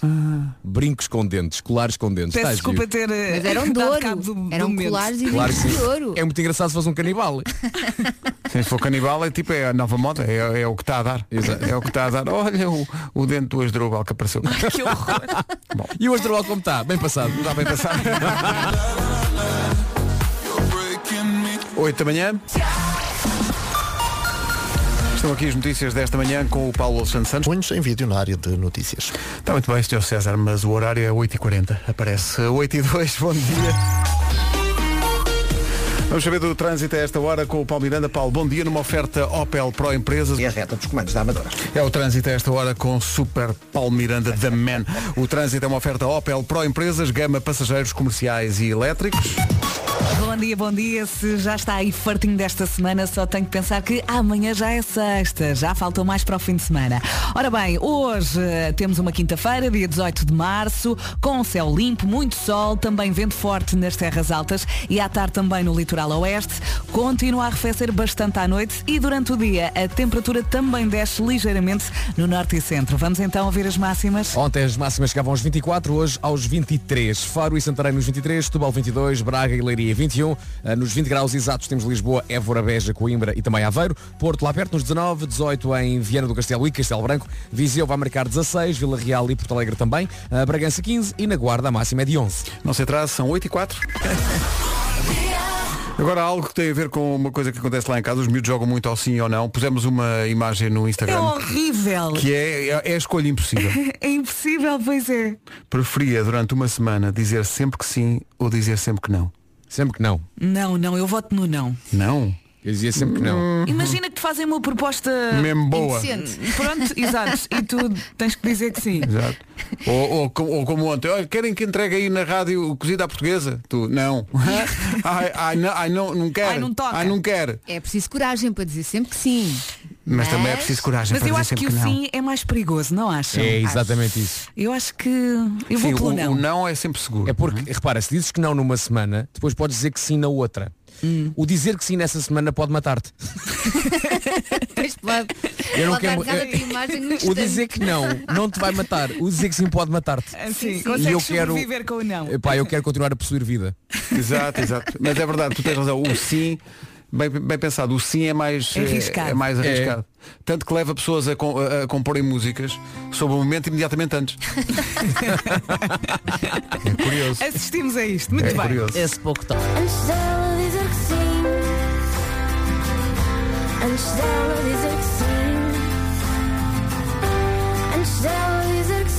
Brincos com dentes, colares com dentes.
Peço
tá
desculpa
giro.
ter eh,
Mas eram de
dado
ouro.
cabo do- do
eram
momento.
colares e
Claro que
brincos
sim.
de ouro.
É muito engraçado se fosse um canibal. assim.
Se for canibal é tipo é a nova moda, é, é o que está a dar.
Exato.
É o que está a dar. Olha o, o dente do Asdrubal que apareceu.
Que horror.
E o Asdrobal como está? Bem passado.
Está bem passado. 8 da manhã. Estão aqui as notícias desta manhã com o Paulo Santos Santos.
Punhos em vídeo na área de notícias.
Está Tá muito bem, Sr. César, mas o horário é 8h40. Aparece 8h02, bom dia. Vamos saber do trânsito a esta hora com o Paulo Miranda. Paulo, bom dia numa oferta Opel Pro Empresas.
E a reta dos comandos da Amadora.
É o trânsito a esta hora com Super Paulo Miranda The Man. O trânsito é uma oferta Opel Pro Empresas, gama passageiros comerciais e elétricos.
Bom dia, bom dia. Se já está aí fartinho desta semana, só tenho que pensar que amanhã já é sexta, já faltou mais para o fim de semana. Ora bem, hoje eh, temos uma quinta-feira, dia 18 de março, com céu limpo, muito sol, também vento forte nas terras altas e à tarde também no litoral oeste. Continua a arrefecer bastante à noite e durante o dia a temperatura também desce ligeiramente no norte e centro. Vamos então ouvir as máximas.
Ontem as máximas chegavam aos 24, hoje aos 23. Faro e Santarém nos 23, Tubal 22, Braga e Leiria 21. Ah, Nos 20 graus exatos temos Lisboa, Évora, Beja, Coimbra e também Aveiro. Porto lá perto nos 19, 18 em Viana do Castelo e Castelo Branco. Viseu vai marcar 16, Vila Real e Porto Alegre também. Ah, Bragança 15 e na Guarda a máxima é de 11.
Não se atrase, são 8 e 4. Agora algo que tem a ver com uma coisa que acontece lá em casa, os miúdos jogam muito ao sim ou não. Pusemos uma imagem no
tá
É
Instagram
horrível.
que é, é, é a escolha impossível.
É impossível, pois é.
Preferia durante uma semana dizer sempre que sim ou dizer sempre que não.
Sempre que não.
Não, não, eu voto no não.
Não. Hum.
Eu dizia sempre que não.
Imagina que te fazem uma proposta
Mesmo boa.
indecente. Pronto, exato. E tu tens que dizer que sim.
Exato. Ou, ou com- ou como ontem, olha, querem que entregue aí na rádio o cozido à portuguesa? Tu, não. ai, ai, não, ai, não, não quero.
Ai, não toca.
Ai, não quero.
É preciso coragem para dizer sempre que sim.
Mas,
Mas-
também é preciso coragem
Mas
para dizer
eu acho que
sempre
o
não.
sim é mais perigoso, não acham?
É exatamente isso.
Eu acho que eu vou
Sim,
pelo
o,
não.
o não é sempre seguro.
É porque, repara, se dizes que não numa semana, depois podes dizer que sim na outra. O dizer que sim nessa semana pode matar-te.
Mas pode
Eu não
pode
quero-
dar cada
eu-
imagem no
O
instante.
dizer que não não te vai matar. O dizer que sim pode matar-te.
Assim,
E eu
consegues
quero-
sobreviver com o não.
É
Epá, eu quero continuar a possuir vida.
Exato, exato. Mas é verdade, tu tens razão. O sim, bem, bem pensado, o sim é mais
É arriscado.
É, mais arriscado. Tanto que leva pessoas a, com- a- a comporem músicas sobre o momento imediatamente antes. é curioso.
Assistimos a isto. Muito
É
bem.
curioso.
Esse pouco tá.
Antes dela dizer que sim. Antes dela dizer que sim. Antes dela dizer que sim.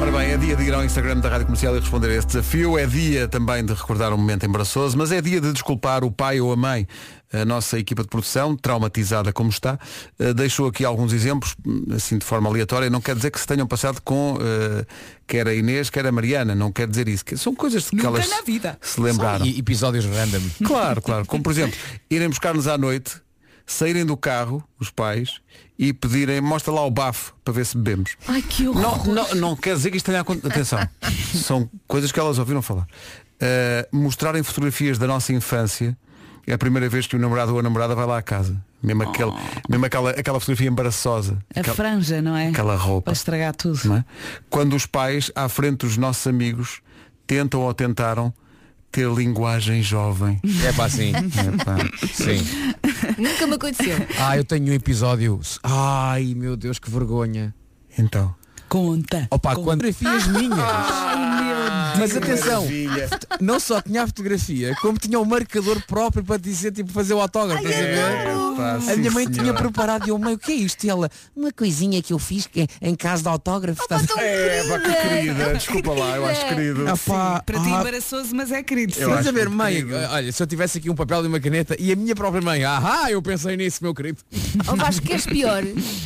Ora Ora bem, é dia de ir ao Instagram da Rádio Comercial e responder a este desafio. É dia também de recordar um momento embaraçoso, mas é dia de desculpar o pai ou a mãe. A nossa equipa de produção, traumatizada como está, eh, deixou aqui alguns exemplos, assim de forma aleatória. Não quer dizer que se tenham passado com eh, quer a Inês, quer a Mariana. Não quer dizer isso. Que- São coisas que elas
na vida.
se lembraram.
Só e- episódios random.
Claro, claro. Como por exemplo, irem buscar-nos à noite, saírem do carro, os pais, e pedirem, mostra lá o bafo para ver se bebemos.
Ai, que
Não,
horror.
não, não quer dizer que isto tenha acontecido. Atenção, são coisas que elas ouviram falar. Uh, mostrarem fotografias da nossa infância é a primeira vez que o namorado ou a namorada vai lá à casa. Mesmo, aquele,
Oh.
mesmo aquela, aquela fotografia embaraçosa.
A
Aquela-
franja, não é?
aquela roupa.
Para estragar tudo.
não é? Quando os pais, à frente dos nossos amigos, tentam ou tentaram ter linguagem jovem.
É pá, sim.
É pá.
Sim.
Nunca me aconteceu.
Ah, eu tenho um episódio. Ai, meu Deus, que vergonha.
Então.
Conta.
Opa, quando fotografias minhas. Mas
que
atenção,
maravilha.
não só tinha a fotografia, como tinha o marcador próprio para dizer, tipo, fazer o autógrafo. estás a ver?
É,
A minha mãe tinha preparado e eu, mãe, o que é isto? E ela, uma coisinha que eu fiz que é em casa de autógrafo. estás a-
É, pá, que querida. Desculpa lá, eu acho querido.
Ah, pá,
Para ti
ah,
embaraçoso, mas é querido. sim.
Estás a ver, mãe, olha, se eu tivesse aqui um papel e uma caneta e a minha própria mãe, ahá, eu pensei nisso, meu querido.
Oh, Vasco, queres pior?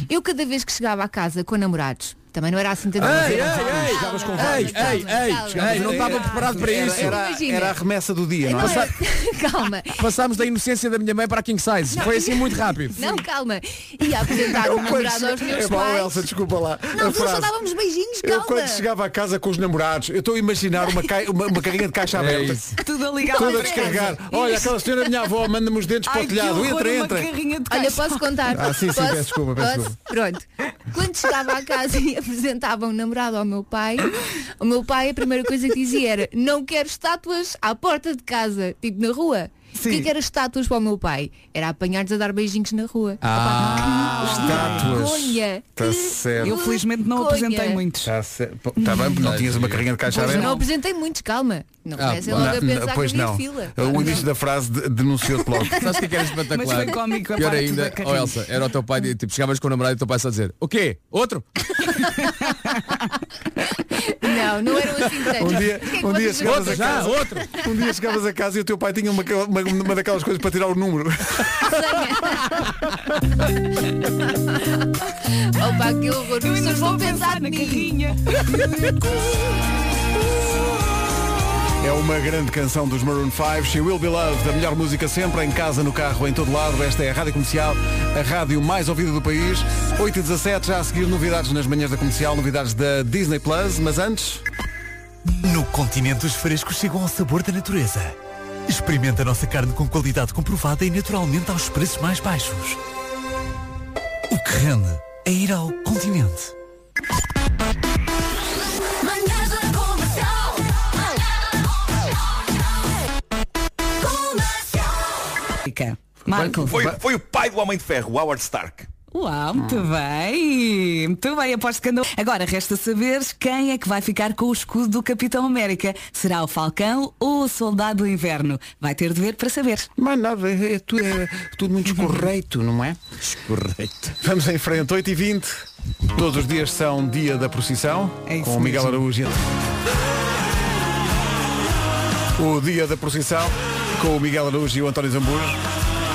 Eu cada vez que chegava à casa com namorados, também não era assim tanto
Ei, ei, ei,
Estavas com
ei, ei, ei,
Calma,
ei, não estava preparado para
Era,
isso.
era-
Imagina.
era a remessa do dia, não é?
calma. calma.
Passámos da inocência da minha mãe para a king size. Foi assim muito rápido.
Não, calma. E a apresentar o namorado aos meus
É bom,
pais.
Elsa, desculpa lá.
Não,
A
nós só
frase.
dávamos beijinhos,
Eu
calma.
quando chegava à casa com os namorados, eu estou a imaginar uma, cai- uma, uma carrinha de caixa aberta.
É isso.
Tudo a ligar
Toda
para
a
trás.
descarregar. Olha, aquela senhora minha avó manda-me os dentes para
Ai,
o
que
telhado.
horror,
Entra,
uma
entra.
carrinha de
Olha,
caixa.
posso contar?
Ah, sim, sim,
posso?
peço desculpa, peço
Posso? Pronto. Quando chegava à casa e apresentava um namorado ao meu pai, o meu pai a primeira coisa que dizia era não quero estátuas à porta de casa, tipo na rua. O que, é que era estátuas para o meu pai? Era apanhar-nos a dar beijinhos na rua.
Ah, Estátuas.
Ah, Vergonha.
Está
Que
certo. Tá
Eu felizmente não
Vergonha.
apresentei muitos.
Está bem, porque não tinhas uma carrinha de caixa
Pois, eu
aberta.
não apresentei muitos, calma. Não
Ah,
comecem logo a
Não,
pensar
não,
que
Ah, pois
havia
não.
fila.
O início da frase de- denunciou-te logo.
Sabes o que é que era espetacular?
Mas foi cómico,
Pior
apara tudo
ainda,
a carrinha.
oh Elsa, era o teu pai, tipo, chegavas com o namorado e o teu pai só a dizer, o quê? Outro?
Não, não eram assim tantos.
Um dia,
O que é que
um dia
vocês
chegavas a
Já,
casa.
outro.
Um dia chegavas a casa e o teu pai tinha uma, uma, uma daquelas coisas para tirar o número.
Opa, que horror. As
Eu ainda
pessoas vão
vou
pensar
pensar na
nisso.
carrinha.
É uma grande canção dos Maroon 5, She Will Be Loved, a melhor música sempre, em casa, no carro, em todo lado. Esta é a Rádio Comercial, a rádio mais ouvida do país. 8 e 17 já a seguir novidades nas manhãs da comercial, novidades da Disney Plus, mas antes.
No continente, os frescos chegam ao sabor da natureza. Experimenta a nossa carne com qualidade comprovada e naturalmente aos preços mais baixos. O que rende é ir ao continente.
Fica. Marco.
Foi, foi o pai do Homem de Ferro, o Howard Stark.
Uau, muito
Hum.
bem. Muito bem, aposto que andou. Agora resta saber quem é que vai ficar com o escudo do Capitão América. Será o Falcão ou o Soldado do Inverno? Vai ter de ver para saber.
Mas nada, é, tudo, muito correto, não é?
Correto.
Vamos em frente, 8 e 20 Todos os dias são dia da procissão,
É isso
com o Miguel
mesmo.
Araújo. O dia da procissão, com o Miguel Araújo e o António Zambujo.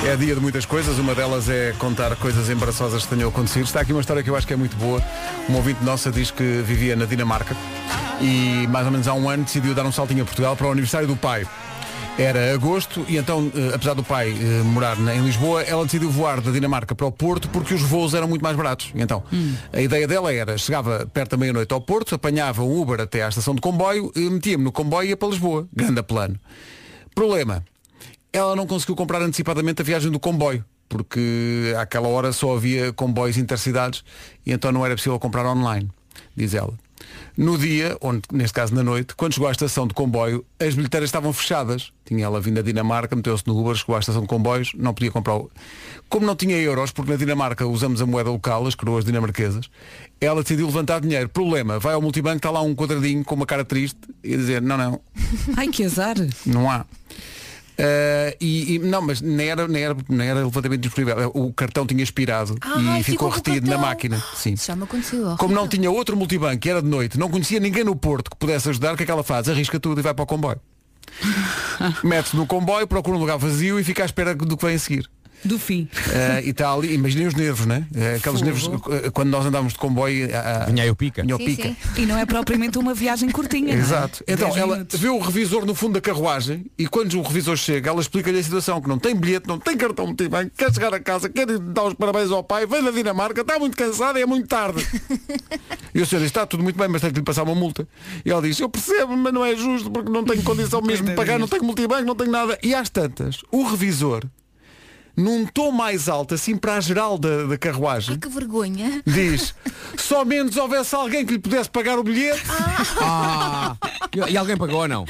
É dia de muitas coisas, uma delas é contar coisas embaraçosas que tenham acontecido. Está aqui uma história que eu acho que é muito boa. Uma ouvinte nossa diz que vivia na Dinamarca e mais ou menos há um ano decidiu dar um saltinho a Portugal para o aniversário do pai. Era agosto e então, eh, apesar do pai eh, morar na- em Lisboa, ela decidiu voar da Dinamarca para o Porto porque os voos eram muito mais baratos. E Então, a ideia dela era, chegava perto da meia-noite ao Porto, apanhava um Uber até à estação de comboio, e metia-me no comboio e ia para Lisboa. Grande plano. Problema. Ela não conseguiu comprar antecipadamente a viagem do comboio, porque àquela hora só havia comboios intercidades e então não era possível comprar online, diz ela. No dia, onde, neste caso na noite, quando chegou à estação de comboio, as bilheteiras estavam fechadas. Tinha ela vindo da Dinamarca, meteu-se no Uber, chegou à estação de comboios, não podia comprar o... Como não tinha euros, porque na Dinamarca usamos a moeda local, as coroas dinamarquesas, ela decidiu levantar dinheiro. Problema, vai ao multibanco, está lá um quadradinho com uma cara triste e dizer, não, não,
Ai, que azar.
não há. Eh, e, e- não, mas nem era, nem, era, nem era levantamento disponível. O cartão tinha expirado
Ah,
e ficou
ficou com o
retido na
cartão.
máquina. Sim.
Já me aconteceu. ó.
Como não tinha outro multibanco e era de noite, não conhecia ninguém no Porto que pudesse ajudar, o que é que ela faz? Arrisca tudo e vai para o comboio. Mete-se no comboio, procura um lugar vazio e fica à espera do que vem a seguir.
Do fim.
Eh, e está ali, imaginem os nervos, né? Eh, aqueles nervos,
Fogo.
eh, quando nós andávamos de comboio. Uh,
Vinha eu pica.
Vinha
Sim,
pica.
sim. E não é propriamente uma viagem curtinha. não é?
Exato. Então,
Dez
ela
minutos.
vê o revisor no fundo da carruagem e quando o revisor chega, ela explica-lhe a situação, que não tem bilhete, não tem cartão multibanco, quer chegar a casa, quer dar os parabéns ao pai, vem da Dinamarca, está muito cansada e é muito tarde. e o senhor diz, está tudo muito bem, mas tem que lhe passar uma multa. E ela diz, eu percebo, mas não é justo, porque não tenho condição mesmo de pagar, não tenho multibanco, não tenho nada. E às tantas, o revisor, num tom mais alto, assim para a geral da, da carruagem,
Que vergonha.
diz, só menos houvesse alguém que lhe pudesse pagar o bilhete.
Ah, e- e alguém pagou ou não?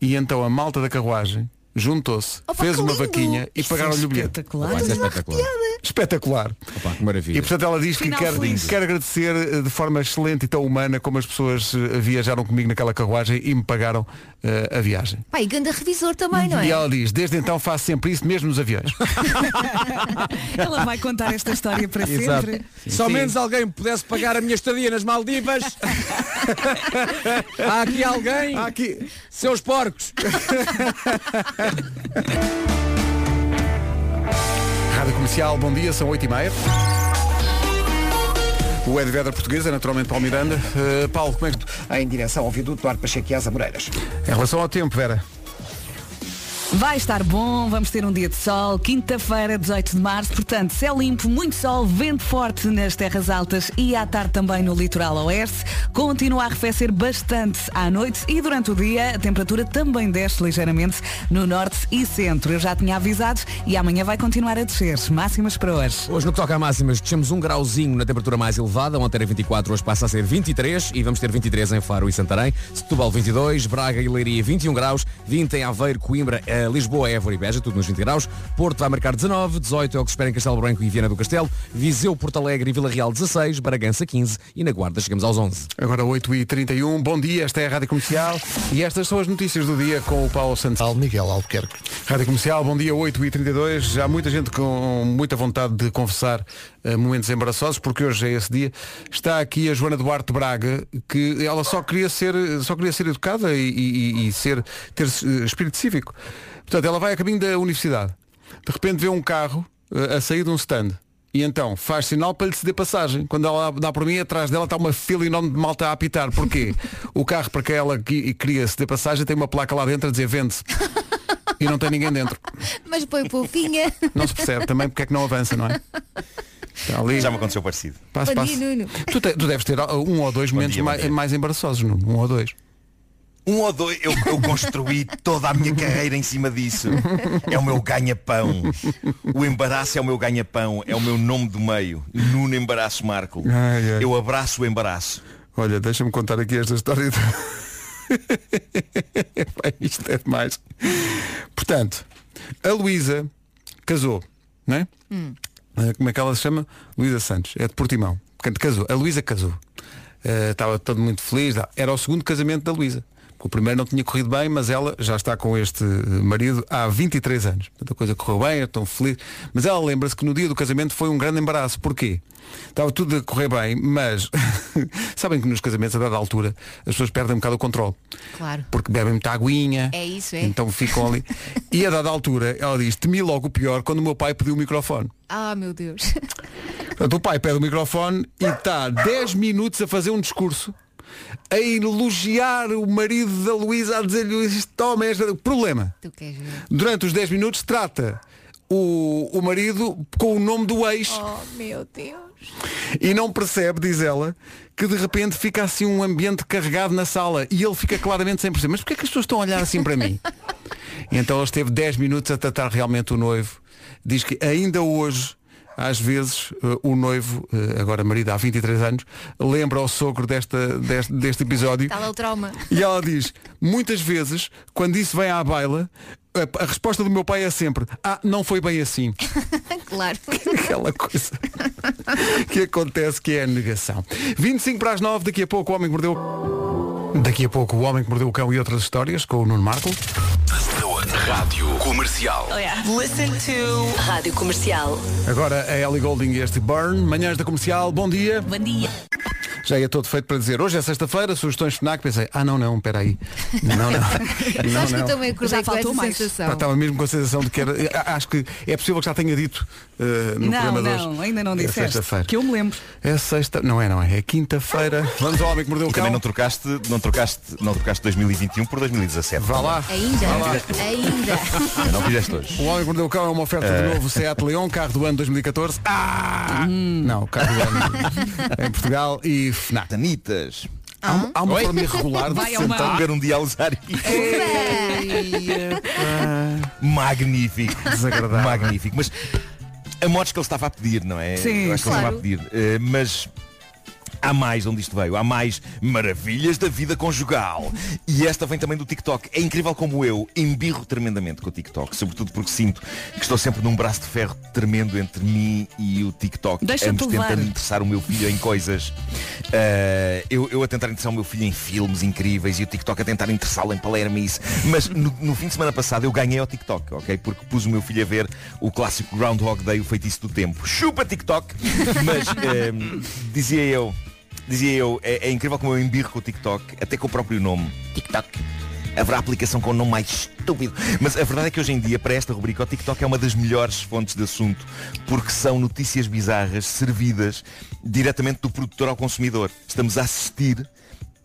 E então a malta da carruagem juntou-se,
Opa,
fez
que
uma
lindo!
vaquinha e
Isso é
pagaram-lhe o bilhete.
espetacular. Opa, isso é espetacular.
Espetacular.
Opa, que maravilha.
E portanto ela diz que
Final
quer,
feliz.
quer agradecer eh, de forma excelente e tão humana como as pessoas eh, viajaram comigo naquela carruagem e me pagaram eh, a viagem.
Pai, ganda revisor também, não é?
E ela diz, desde então faço sempre isso, mesmo nos aviões.
Ela vai contar esta história para
Exato.
sempre.
Se ao menos alguém pudesse pagar a minha estadia nas Maldivas. Há aqui alguém? Há
aqui.
Seus porcos.
Rádio Comercial, bom dia, são 8h30. O Ed Vedra português é naturalmente Paulo Miranda. Eh, Paulo, como é que tu...
Em direção ao viaduto Duarte Pacheco e às Amoreiras.
Em relação ao tempo, Vera.
Vai estar bom, vamos ter um dia de sol, quinta-feira, 18 de março, portanto, céu limpo, muito sol, vento forte nas terras altas e à tarde também no litoral oeste. Continua a arrefecer bastante à noite e durante o dia a temperatura também desce ligeiramente no norte e centro. Eu já tinha avisado e amanhã vai continuar a descer. Máximas para hoje.
Hoje no que toca a máximas, descemos um grauzinho na temperatura mais elevada. Ontem era 24, hoje passa a ser 23 e vamos ter 23 em Faro e Santarém. Setúbal 22, Braga e Leiria 21 graus, 20 em Aveiro, Coimbra, eh, Lisboa, Évora e Beja, tudo nos 20 graus. Porto vai marcar 19, 18 é o que se espera em Castelo Branco e Viana do Castelo. Viseu, Porto Alegre e Vila Real 16, Bragança 15 e na Guarda chegamos aos 11.
Agora 8h31, bom dia, esta é a Rádio Comercial e estas são as notícias do dia com o Paulo Santos.
Miguel Albuquerque.
Rádio Comercial, bom dia, 8h32. Já há muita gente com muita vontade de confessar eh, momentos embaraçosos, porque hoje é esse dia. Está aqui a Joana Duarte Braga, que ela só queria ser, eh, só queria ser educada e, e- e ser, ter eh, espírito cívico. Portanto, ela vai a caminho da universidade. De repente vê um carro eh, a sair de um stand. E então faz sinal para lhe ceder passagem. Quando ela dá por mim, atrás dela está uma fila enorme de malta a apitar. Porquê? o carro para que ela qui- queria ceder passagem tem uma placa lá dentro a dizer vende-se. E não tem ninguém dentro.
Mas põe fofinha.
Não se percebe também porque é que não avança, não é? Está ali.
Já me aconteceu parecido.
Passo,
Bom
passo.
dia, Nuno.
Tu, te- tu deves ter ah, um ou dois momentos mai- mais, embaraçosos, Nuno. Um ou dois.
Um ou dois, eu, eu construí toda a minha carreira em cima disso. É o meu ganha-pão. O embaraço é o meu ganha-pão. É o meu nome do meio. Nuno Embaraço Marco.
Ai, ai.
Eu abraço o embaraço.
Olha, deixa-me contar aqui esta história. Pá, Isto é demais. Portanto, a Luísa casou, não é?
Hum.
Eh, Como é que ela se chama? Luísa Santos, é de Portimão. Portanto, casou. A Luísa casou. Eh, Estava todo muito feliz. Era o segundo casamento da Luísa. O primeiro não tinha corrido bem, mas ela já está com este eh, marido há 23 anos. Portanto, a coisa correu bem, é tão feliz. Mas ela lembra-se que no dia do casamento foi um grande embaraço. Porquê? Estava tudo a correr bem, mas sabem que nos casamentos, a dada altura, as pessoas perdem um bocado o controle.
Claro.
Porque bebem muita aguinha.
É isso, é.
Então ficam ali. e a dada altura, ela diz, temi logo o pior quando o meu pai pediu o microfone.
Ah, meu Deus.
Portanto, o pai pede o microfone e está 10 minutos a fazer um discurso a elogiar o marido da Luísa, a dizer-lhe isto, toma, és... problema.
Tu queres ver?
Durante os 10 minutos trata o, o marido com o nome do ex
Oh, meu Deus.
e não percebe, diz ela, que de repente fica assim um ambiente carregado na sala e ele fica claramente sem perceber. Mas porquê é que as pessoas estão a olhar assim para mim? E então ela esteve 10 minutos a tratar realmente o noivo. Diz que ainda hoje, às vezes, eh, o noivo, eh, agora marido há 23 anos, lembra ao sogro desta, deste, deste episódio
Está lá o trauma.
e ela diz, muitas vezes, quando isso vem à baila, a, a resposta do meu pai é sempre, ah, não foi bem assim.
Claro.
Aquela coisa que acontece que é a negação. 25 para as 9, daqui a pouco o homem que mordeu. Daqui a pouco o homem que mordeu o cão e outras histórias com o Nuno Marco.
Rádio Comercial.
Listen to Oh, Rádio Comercial.
Agora a Ellie Golding e este Burn, manhãs da comercial, bom dia.
Bom dia.
Já ia todo feito para dizer, hoje é sexta-feira, sugestões FNAC, pensei, ah não, não, espera aí. Não, não. não,
Sabes que eu também acordei
Já
com essa
faltou mais.
sensação.
Pá, estava mesmo com a sensação de que era. a- Acho que é possível que já tenha dito eh, no
não,
programa de hoje.
não, ainda não
É
disseste.
sexta-feira.
que eu me lembro.
É sexta. Não é, não é. É quinta-feira. Vamos ao homem que mordeu o
E
cão.
também não trocaste, não trocaste, não trocaste 2021 por 2017.
Vá lá.
Ainda,
Vá lá. Ah,
ainda.
Não fizeste hoje.
O Homem que Mordeu o Cão é uma oferta de
Eh.
novo Seat Leon, carro do ano 2014. Ah! Não, carro do ano em Portugal e FNAC.
Anitas.
Há, um- há uma
Oi?
forma irregular de
Vai
se
a uma-
sentar.
Sentar um dia a usar Magnífico.
Desagradável.
Magnífico. Mas a motos que ele estava a pedir, não é?
Sim,
Eu acho que
claro.
ele estava a pedir. Eh, mas há mais onde isto veio. Há mais maravilhas da vida conjugal. E esta vem também do TikTok. É incrível como eu embirro tremendamente com o TikTok. Sobretudo porque sinto que estou sempre num braço de ferro tremendo entre mim e o TikTok.
Deixa-te
Ambos
levar.
tentando interessar o meu filho em coisas. Eh, eu, eu a tentar interessar o meu filho em filmes incríveis e o TikTok a tentar interessá-lo em palermice. Mas no, no fim de semana passado eu ganhei ao TikTok, ok? Porque pus o meu filho a ver o clássico Groundhog Day, o feitiço do tempo. Chupa TikTok! Mas ehm, dizia eu, dizia eu, é, é incrível como eu embirro com o TikTok, até com o próprio nome, TikTok. Haverá aplicação com o nome mais estúpido. Mas a verdade é que hoje em dia, para esta rubrica, o TikTok é uma das melhores fontes de assunto, porque são notícias bizarras servidas diretamente do produtor ao consumidor. Estamos a assistir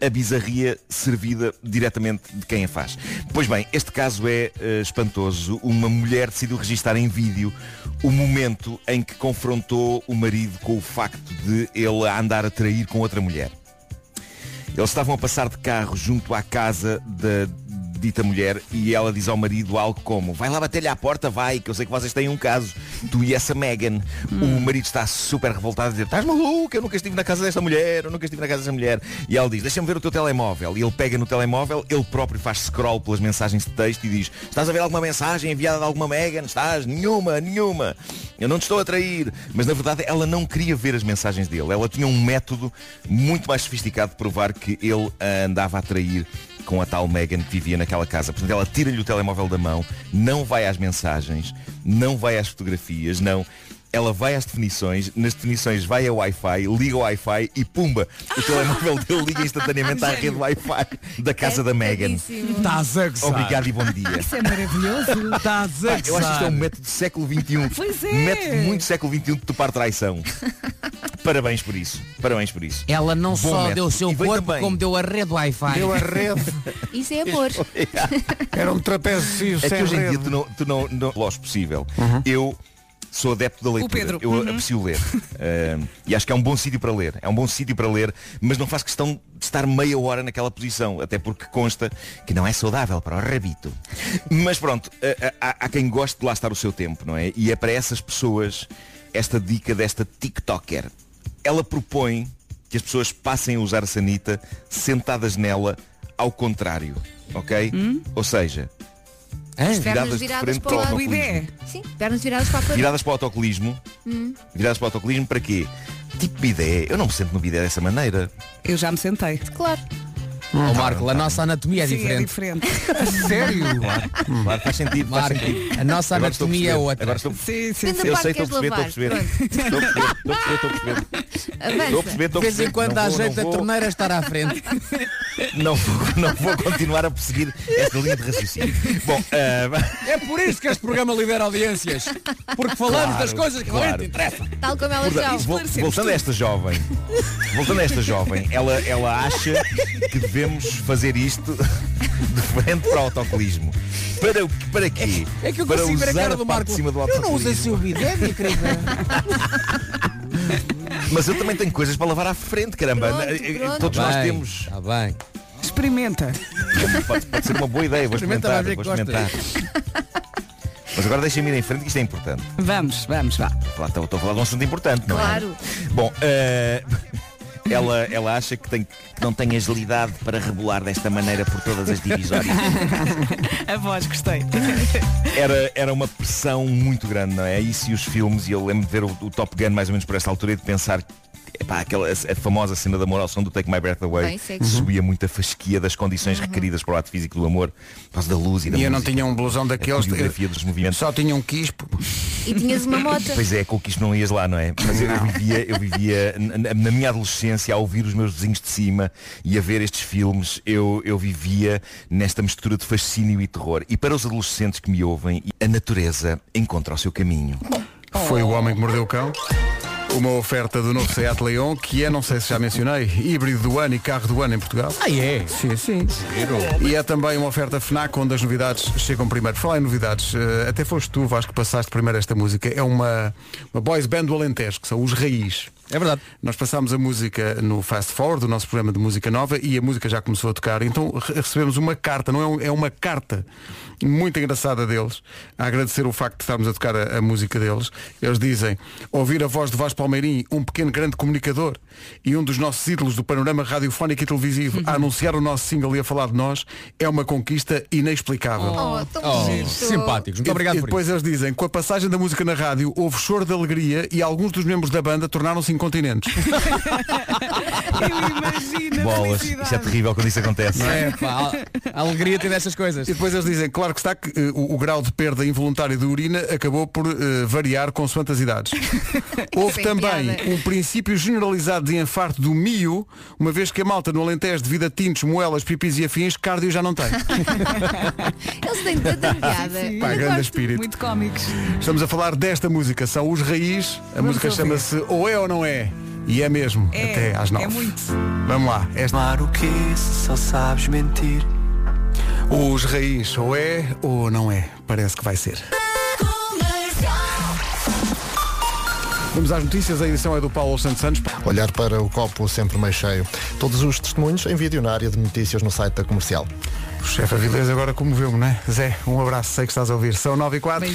a bizarria servida diretamente de quem a faz. Pois bem, este caso é eh, espantoso. Uma mulher decidiu registar em vídeo o momento em que confrontou o marido com o facto de ele a andar a trair com outra mulher. Eles estavam a passar de carro junto à casa da dita mulher e ela diz ao marido algo como vai lá bater-lhe à porta, vai, que eu sei que vocês têm um caso, tu e essa Megan. O marido está super revoltado a dizer estás maluco, eu nunca estive na casa desta mulher, eu nunca estive na casa desta mulher. E ela diz deixa-me ver o teu telemóvel. E ele pega no telemóvel, ele próprio faz scroll pelas mensagens de texto e diz estás a ver alguma mensagem enviada de alguma Megan? Estás? Nenhuma, nenhuma. Eu não te estou a trair. Mas na verdade ela não queria ver as mensagens dele. Ela tinha um método muito mais sofisticado de provar que ele a andava a trair com a tal Megan que vivia naquela casa. Portanto, ela tira-lhe o telemóvel da mão, não vai às mensagens, não vai às fotografias, não. Ela vai às definições, nas definições vai ao Wi-Fi, liga o Wi-Fi e pumba, o telemóvel dele liga instantaneamente à rede Wi-Fi da casa da Megan.
Estás a gozar.
Obrigado e bom dia.
Isso é maravilhoso.
Estás a
Pá, Eu acho que isto é
gozar.
um método do século XXI.
Pois é.
Método muito século XXI de topar traição. Parabéns por isso. Parabéns por isso.
Ela não
Bom
só
método.
deu o seu
E veio
corpo,
também-
como deu a rede Wi-Fi.
Deu a rede.
Isso é amor.
Era um trapézio
É
sem
que hoje em
rede.
dia
Uhum.
tu não, tu não, não lógico, possível. Eu sou adepto da leitura.
Pedro.
Eu
Uhum.
aprecio ler. Ahm, e acho que é um bom sítio para ler. É um bom sítio para ler, mas não faço questão de estar meia hora naquela posição. Até porque consta que não é saudável para o rabito. Mas pronto, ah, ah, há, há quem goste de lá estar o seu tempo, não é? E é para essas pessoas esta dica desta TikToker. Ela propõe que as pessoas passem a usar a sanita sentadas nela ao contrário. Ok? Ou seja,
Hum? As pernas
de
viradas
frente
para o
ao
lado.
autocolismo.
Sim, pernas viradas para a parede.
Viradas para o autocolismo.
Hum.
Viradas para o autocolismo para quê? Tipo bidé. Eu não me sento no bidé dessa maneira.
Eu já me sentei.
Claro.
Ó Marco, a nossa anatomia é
Sim,
diferente.
é
tipo
diferente.
Sério?
Claro, claro, faz sentido. Faz
Marco,
sentido.
a nossa
Agora estou
anatomia é
perceber.
outra.
Agora estou...
Sim, é
sim, sim.
Eu
Depende
sei,
da
estou a
parte
perceber,
que
estou a perceber. Estou a perceber, estou a perceber, estou a perceber. Estou a perceber, estou a
De vez em
perceber.
quando
Não
há
vou,
jeito
não
da
vou.
torneira estar à frente.
Não vou, não vou continuar a perseguir esta linha de raciocínio. Bom, ah,
É por isso que este programa lidera audiências. Porque falamos
Claro,
das coisas que
claro.
realmente interessam.
Tal como elas
Portanto,
são.
vol- voltando a esta jovem, voltando a esta jovem, ela, ela acha que devemos fazer isto de frente para o autocolismo. Para, o- para quê?
É que eu
para
consigo
usar
ver a cara do
parte
Marco.
de cima do
eu não uso
autocolismo.
assim o bidé, minha querida.
Mas eu também tenho coisas para lavar à frente, caramba.
Pronto,
Eh, eh,
pronto.
Todos
Tá
nós
bem,
temos.
Está bem.
Experimenta.
Pode, pode ser uma boa ideia, vou
Experimenta,
experimentar.
vai ver
Vou
que
experimentar. Mas agora deixem-me ir em frente que isto é importante.
Vamos, vamos, vá.
Lá estou, estou a falar de um assunto importante, não
Claro.
é? Bom, eh, ela, ela acha que, tem, que não tem agilidade para rebolar desta maneira por todas as divisórias.
A voz, gostei.
Era, era uma pressão muito grande, não é? Isso e os filmes, e eu lembro de ver o, o Top Gun mais ou menos por esta altura e de pensar Pá, aquela, a, a famosa cena de amor ao som do Take My Breath Away
Bem, segue.
subia muito a fasquia das condições requeridas para o ato físico do amor, por causa da luz e da
E eu não
música,
tinha um blusão
a
daqueles.
coreografia dos movimentos.
Só tinha um quispo.
E tinhas uma moto.
Pois é, com o que isto não ias lá, não é? Mas eu, eu vivia, eu vivia n- n- na minha adolescência, a ouvir os meus vizinhos de cima e a ver estes filmes, eu, eu vivia nesta mistura de fascínio e terror. E para os adolescentes que me ouvem, a natureza encontra o seu caminho.
Foi o homem que mordeu o cão. Uma oferta do novo Seat Leon, que é, não sei se já mencionei, híbrido do ano e carro do ano em Portugal. Ah, é? Sim, sim. E é também uma oferta FNAC, onde as novidades chegam primeiro. Falar em novidades, eh, até foste tu, Vasco, que passaste primeiro esta música. É uma, uma boys band do Alentejo, que são os Raiz. É verdade. Nós passámos a música no Fast Forward, o nosso programa de música nova, e a música já começou a tocar. Então re- recebemos uma carta, não é, um- é uma carta muito engraçada deles, a agradecer o facto de estarmos a tocar a, a música deles. Eles dizem, ouvir a voz de Vasco Palmeirim, um pequeno grande comunicador e um dos nossos ídolos do panorama radiofónico e televisivo, a anunciar o nosso single e a falar de nós, é uma conquista inexplicável.
Oh, tão Oh, bonito. simpáticos. Muito
E-
obrigado
e
por
depois eles dizem, com a passagem da música na rádio, houve choro de alegria e alguns dos membros da banda tornaram-se incontinentes.
Bolas, isto é terrível quando isso acontece.
Não é, pá,
a alegria tem dessas coisas.
E depois eles dizem, claro que está que eh, o, o grau de perda involuntária de urina acabou por eh, variar consoante as idades. Houve
Sem
também
piada.
um princípio generalizado de infarto do mio, uma vez que a malta no Alentejo, devido a tintos, moelas, pipis e afins, cardio já não tem.
Eles têm tanta piada.
Pá, grande espírito.
Muito cómicos.
Estamos a falar desta música, são os raiz. A
Vamos
música
ouvir.
chama-se Ou É ou Não É. E é mesmo,
É,
até às nove.
é muito.
Vamos lá. Esta...
Claro que só sabes mentir.
Os raiz, ou é ou não é. Parece que vai ser. Vamos às notícias, a edição é do Paulo Santos Santos.
Olhar para o copo sempre meio cheio. Todos os testemunhos em vídeo na área de notícias no site da comercial.
O chefe Avilés agora comoveu-me, não é? Zé, um abraço, sei que estás a ouvir. São 9 e 4.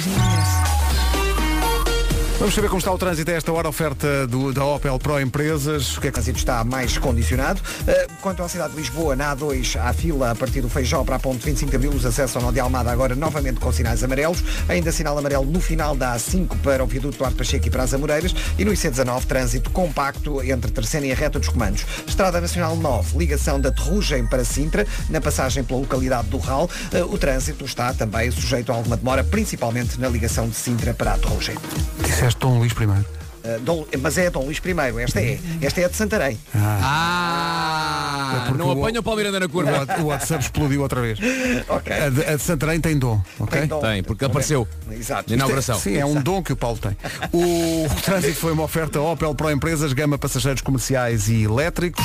Vamos saber como está o trânsito a esta hora, oferta do, da Opel Pro Empresas. O que é que...
O trânsito está mais condicionado. Eh, Quanto à cidade de Lisboa, na A2 há fila a partir do Feijó para a ponte 25 de Abril, os acessos ao Nó de Almada agora novamente com sinais amarelos, ainda sinal amarelo no final da A5 para o viaduto do Ar Pacheco e para as Amoreiras e no IC19 trânsito compacto entre Terceira e a reta dos comandos. Estrada Nacional 9, ligação da Terrugem para Sintra, na passagem pela localidade do Ral, eh, o trânsito está também sujeito a alguma demora, principalmente na ligação de Sintra para a Terrugem.
Disseste Dom Luís primeiro.
Eh, Dom- mas é a Dom Luís I, esta é, esta é a de Santarém.
Ah,
não apanha o Paulo Miranda na curva.
O WhatsApp explodiu outra vez. A, de, a de Santarém tem dom, ok?
Tem dom. Tem, porque apareceu
Exato.
na inauguração.
Isto é- Sim, é um dom que o Paulo tem. O, trânsito foi uma oferta Opel Pro Empresas, gama passageiros comerciais e elétricos.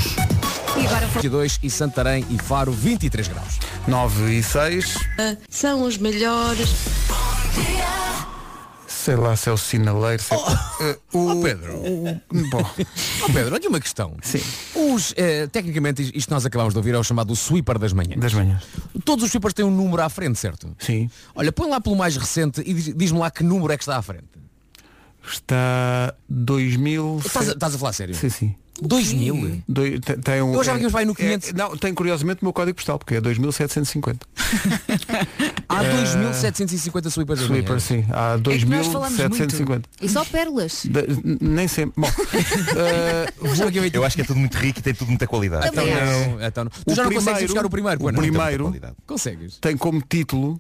E agora
22 e Santarém e Faro 23 graus.
9 e 6.
Ah, São os melhores.
Sei lá se é o sinaleiro. se é- Eh, o Pedro. Bom.
Oh, Pedro, olha uma questão.
Sim.
Os, eh, tecnicamente, isto que nós acabámos de ouvir é o chamado sweeper das manhãs.
Das manhãs.
Todos os sweepers têm um número à frente, certo?
Sim.
Olha, põe lá pelo mais recente e diz- diz-me lá que número é que está à frente.
Está 2000.
Estás a- estás a falar sério?
Tá Sim, sim.
2000?
Doi- te- tem um,
Eu achava que íamos para aí no
é-
500.
não, tem curiosamente o meu código postal, porque é 2750.
Há
Eh,
2750 sweepers das
Sleeper,
manhãs.
sim. Há
É que nós falamos muito.
2750.
E só pérolas.
Da- n- nem sempre. Bom, eh, vou-
Eu acho que é tudo muito rico e tem tudo muita qualidade.
Então Também não, acho. então não. Tu já não consegues ir buscar o primeiro, pois não?
Consegues.
tem como título.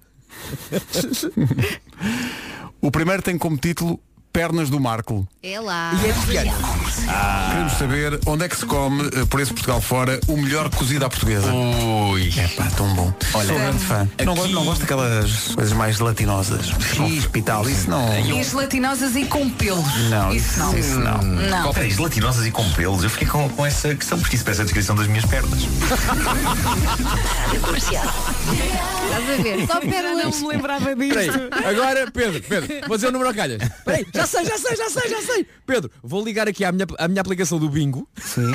o primeiro tem como título Pernas do Marco.
É lá.
Ah.
Queremos saber onde é que se come, eh, por esse Portugal fora, o melhor cozido à portuguesa. Ui. É pá, tão bom. Olha, Sou grande fã. Não, gosto, não gosto daquelas coisas mais gelatinosas. Chispa e tal, isso não.
E as gelatinosas e com pelos.
Não,
isso não. Não.
Não. Peraí, gelatinosas e com pelos. Eu fiquei com, com essa questão, porque isso parece a descrição das minhas pernas.
Estás a ver? Só um pérolas.
Não me lembrava
Peraí,
disto.
agora, Pedro, Pedro, vou dizer o número ao calhas. Peraí, já sei, já sei, já sei, já sei. Pedro, vou ligar aqui à minha, à minha aplicação do bingo.
Sim.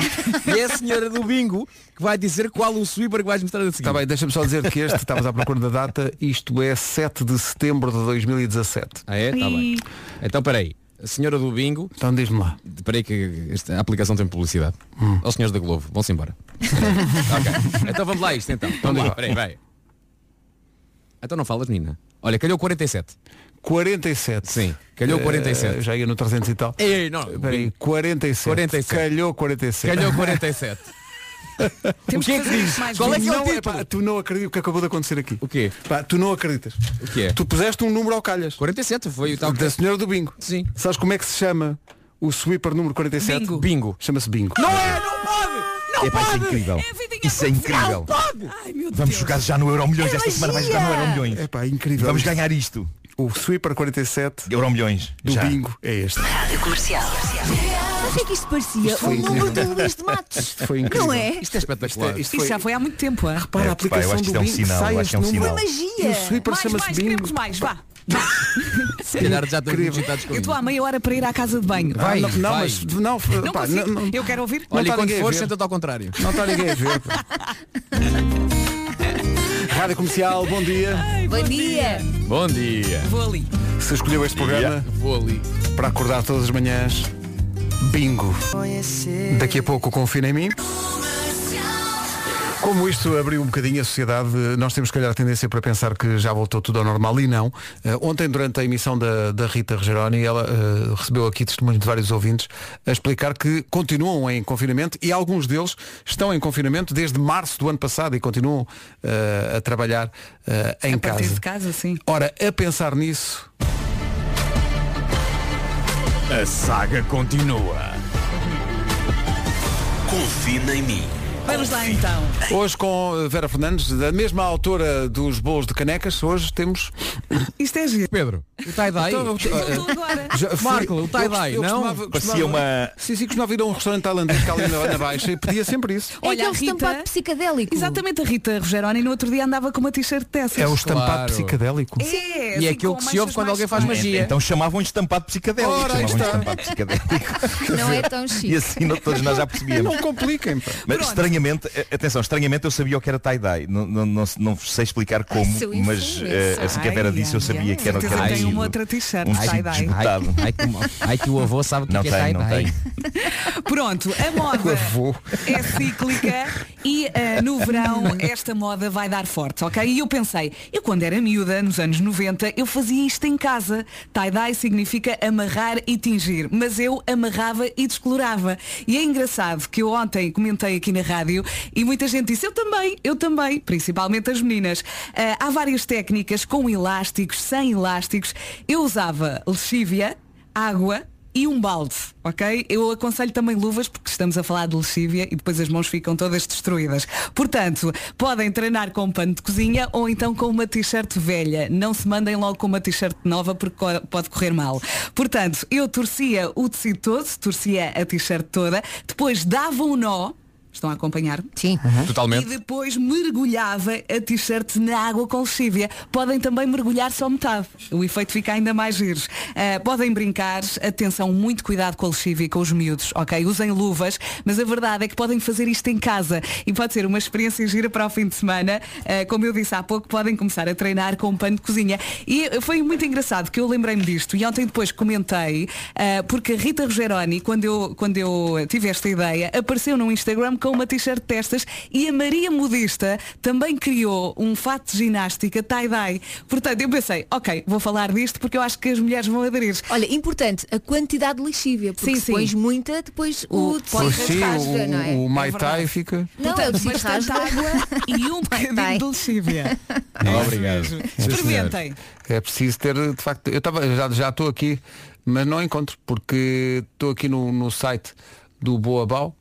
E é a senhora do bingo que vai dizer qual o sweeper que vais mostrar assim. a seguir.
Está Tá bem, deixa-me só dizer que este, estavas à procura da data, isto é 7 de setembro de 2017.
Ah é? Está bem. Então peraí. A senhora do bingo.
Então diz-me lá. Hum.
Peraí que esta aplicação tem publicidade. Aos senhores da Globo, vão-se embora. ok. Então vamos lá a isto então. Vamos lá. Peraí, vai. Então não falas, menina. Olha, calhou 47.
47.
Sim, calhou
Eh,
47.
já ia no 300 e tal.
Ei, não,
Peraí, 47.
47.
Calhou 47.
Calhou 47.
Temos
O que é que diz? Qual é que é o título?
tu não acreditas o que acabou de acontecer aqui.
O quê?
Pá, tu não acreditas. O
que é?
Tu puseste um número ao calhas.
47, foi o tal
Da senhora do bingo.
Sim.
Sabes como é que se chama o sweeper número 47?
Bingo. Bingo.
Chama-se bingo.
Não é, não pode! Não
É pá, isso é
pode!
incrível. Isso é
Não
incrível.
pode!
Vamos jogar já no Euro Milhões. Esta semana vai jogar no Euro um Milhões.
É pá, incrível.
Vamos ganhar isto.
O sweeper 47
Euro Milhões.
do
Já.
bingo é este.
Rádio Comercial.
Mas é que isto
Isto
parecia
um
o
foi
número do
incrível.
Luís de Matos.
Isto foi incrível.
não é?
Isto é espetacular.
Isto
Isto
foi-
já foi há muito tempo, hein?
Para a
É, pá, eu
aplicação
acho que
do
isto é um
bingo
sinal,
sai
eu acho
este
que é um sinal.
número. E o
Magia!
sweeper
Mais,
chama-se
mais,
bingo.
queremos mais, vá.
Se calhar já estamos
Incrível.
digitados com
Eu estou
isso.
há meia hora para ir à casa de banho.
Vai,
não, não,
vai.
mas não,
Não
pá,
consigo.
não- não-
Eu quero ouvir.
Não
Olha,
tá
e quando
ninguém a
for, então
ver.
senta-te ao contrário.
não está ninguém a ver. pá. Rádio Comercial, bom dia.
Bom dia!
Bom dia.
Vou ali.
Se escolheu este programa
Vou ali.
para acordar todas as manhãs, bingo. Daqui a pouco confina em mim. Como isto abriu um bocadinho a sociedade, nós temos, se calhar, a tendência para pensar que já voltou tudo ao normal e não. Eh, ontem, durante a emissão da, da Rita Rogeroni, ela eh, recebeu aqui testemunhos de vários ouvintes a explicar que continuam em confinamento e alguns deles estão em confinamento desde março do ano passado e continuam eh, a trabalhar eh, em
A partir
casa.
de casa, sim.
Ora, a pensar nisso,
A saga continua.
Confina em mim.
Vamos lá então.
hoje com eh, Vera Fernandes, da mesma autora dos bolos de canecas, hoje temos
Isto é giro.
Pedro, o tie-dye.
Então,
Estou agora.
Já fui-
Marco, o tie-dye,
eu costumava-
não?
costumava-
Parecia uma-
Sim, sim, costumava ir a um restaurante tailandês que ali na, na baixa e pedia sempre isso.
É
Olha,
aquele
a Rita-
estampado psicadélico.
Exatamente, a Rita Rogeroni no outro dia andava com uma t-shirt dessas.
É o estampado
Claro.
psicadélico.
É,
E é
assim,
aquilo
com
que se ouve
manchas
quando
mais
alguém faz
claras.
magia.
Então chamavam estampado psicadélico.
Ora, aí
chamavam
está.
estampado psicadélico.
Não é tão chique.
E assim não- todos nós já percebíamos.
Não compliquem, pá.
Mas
Pronto.
estranhamente, eh, atenção, estranhamente eu sabia o que era tie-dye. Não, não, não, não sei
Ah,
explicar como,
sou
mas
infeliz.
eh, assim que a Vera
Ai,
disse eu
ai,
sabia
ai.
que era o que
Certeza
era
que tem
um
uma outra t-shirt,
um vestido
tie-dye.
Ai,
desbotado.
ai, que mo- ai, que o avô sabe o que
Não
é
tem, não
tie-dye.
tem.
Pronto, a moda é cíclica e ah, no verão esta moda vai dar forte, ok? E eu pensei, eu quando era miúda, nos anos 90, eu fazia isto em casa. Tie-dye significa amarrar e tingir, mas eu amarrava e descolorava. E é engraçado que eu ontem comentei aqui na rádio e muita gente disse, eu também, eu também, principalmente as meninas. Ah, há várias técnicas com elásticos, sem elásticos. Eu usava lexívia, água, e um balde, ok? Eu aconselho também luvas porque estamos a falar de lexívia e depois as mãos ficam todas destruídas. Portanto, podem treinar com pano de cozinha ou então com uma t-shirt velha. Não se mandem logo com uma t-shirt nova porque co- pode correr mal. Portanto, eu torcia o tecido todo, torcia a t-shirt toda, depois dava um nó. Estão a acompanhar?
Sim.
Totalmente.
E depois mergulhava a t-shirt na água com lexívia. Podem também mergulhar só metade. O efeito fica ainda mais giro. Ah, podem brincar, atenção, muito cuidado com a lexívia e com os miúdos, ok? Usem luvas, mas a verdade é que podem fazer isto em casa e pode ser uma experiência gira para o fim de semana. Ah, como eu disse há pouco, podem começar a treinar com um pano de cozinha. E foi muito engraçado que eu lembrei-me disto e ontem depois comentei, ah, porque a Rita Rogeroni, quando eu, quando eu tive esta ideia, apareceu no Instagram com uma t-shirt de testas e a Maria Modista também criou um fato de ginástica tie-dye. Portanto, eu pensei, ok, vou falar disto porque eu acho que as mulheres vão aderir.
Olha, importante, a quantidade de lixívia, porque
Sim,
se
sim.
pões
então é
muita, depois o,
O-
tecido
Pois sim,
rasga, não é?
o, o Mai
É
Tai
verdade.
fica.
Não, é o
Portanto,
tecido
bastante
rasga.
água e um
Vai.
é
bocadinho de lexívia.
Não, obrigado.
Experimentem.
É preciso ter, de facto. Eu tava, já já estou aqui, mas não encontro, porque estou aqui no, no site do Boa Bau.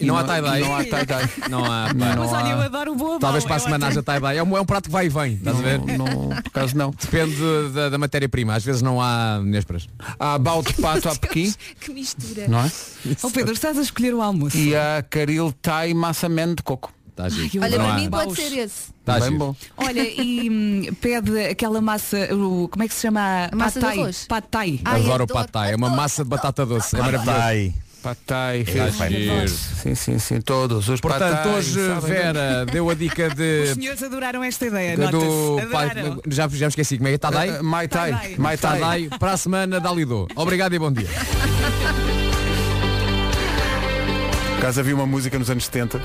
E não há tie-dye.
Não há tie-dye.
Não há, pá.
Mas
Mas
Não
olha,
há-
eu adoro
Tá
o boa
Talvez
mão,
para a
eu
semana
adoro.
haja tie-dye. É um, é um prato que vai e vem, estás a ver?
Não, não, por acaso não.
Depende da, da matéria-prima, às vezes não há nésperas.
Há Bau de Pato a Pequim,
Que mistura.
não é?
Oh Pedro, estás a escolher o almoço.
E há Caril Tai Massaman de Coco.
Está Tá giro.
Olha,
não
para
há.
mim pode
Baus.
ser esse.
Tá
Bem
giro.
bom.
Olha, e hum, pede aquela massa, o, como é que se chama?
A massa de
Pad thai.
arroz.
Pad thai.
Ai,
Adoro o
adoro,
pad thai. É uma
adoro,
massa de batata doce. É maravilhoso.
Ai,
Pad Thai.
ai,
fez-
pai.
Sim, sim, sim, todos. Os pad
Tá Portanto,
thai,
hoje
sabem
Vera deu a dica
Os
de.
senhores adoraram esta ideia,
Do
nota-se.
pai,
É Adoraram.
já, já me esqueci como é que está
bem. Eh,
daí?
Mai Tai.
Thai.
Mai
Está
Tai.
daí para a semana dali do. Obrigado e bom dia.
Por acaso havia uma música nos anos 70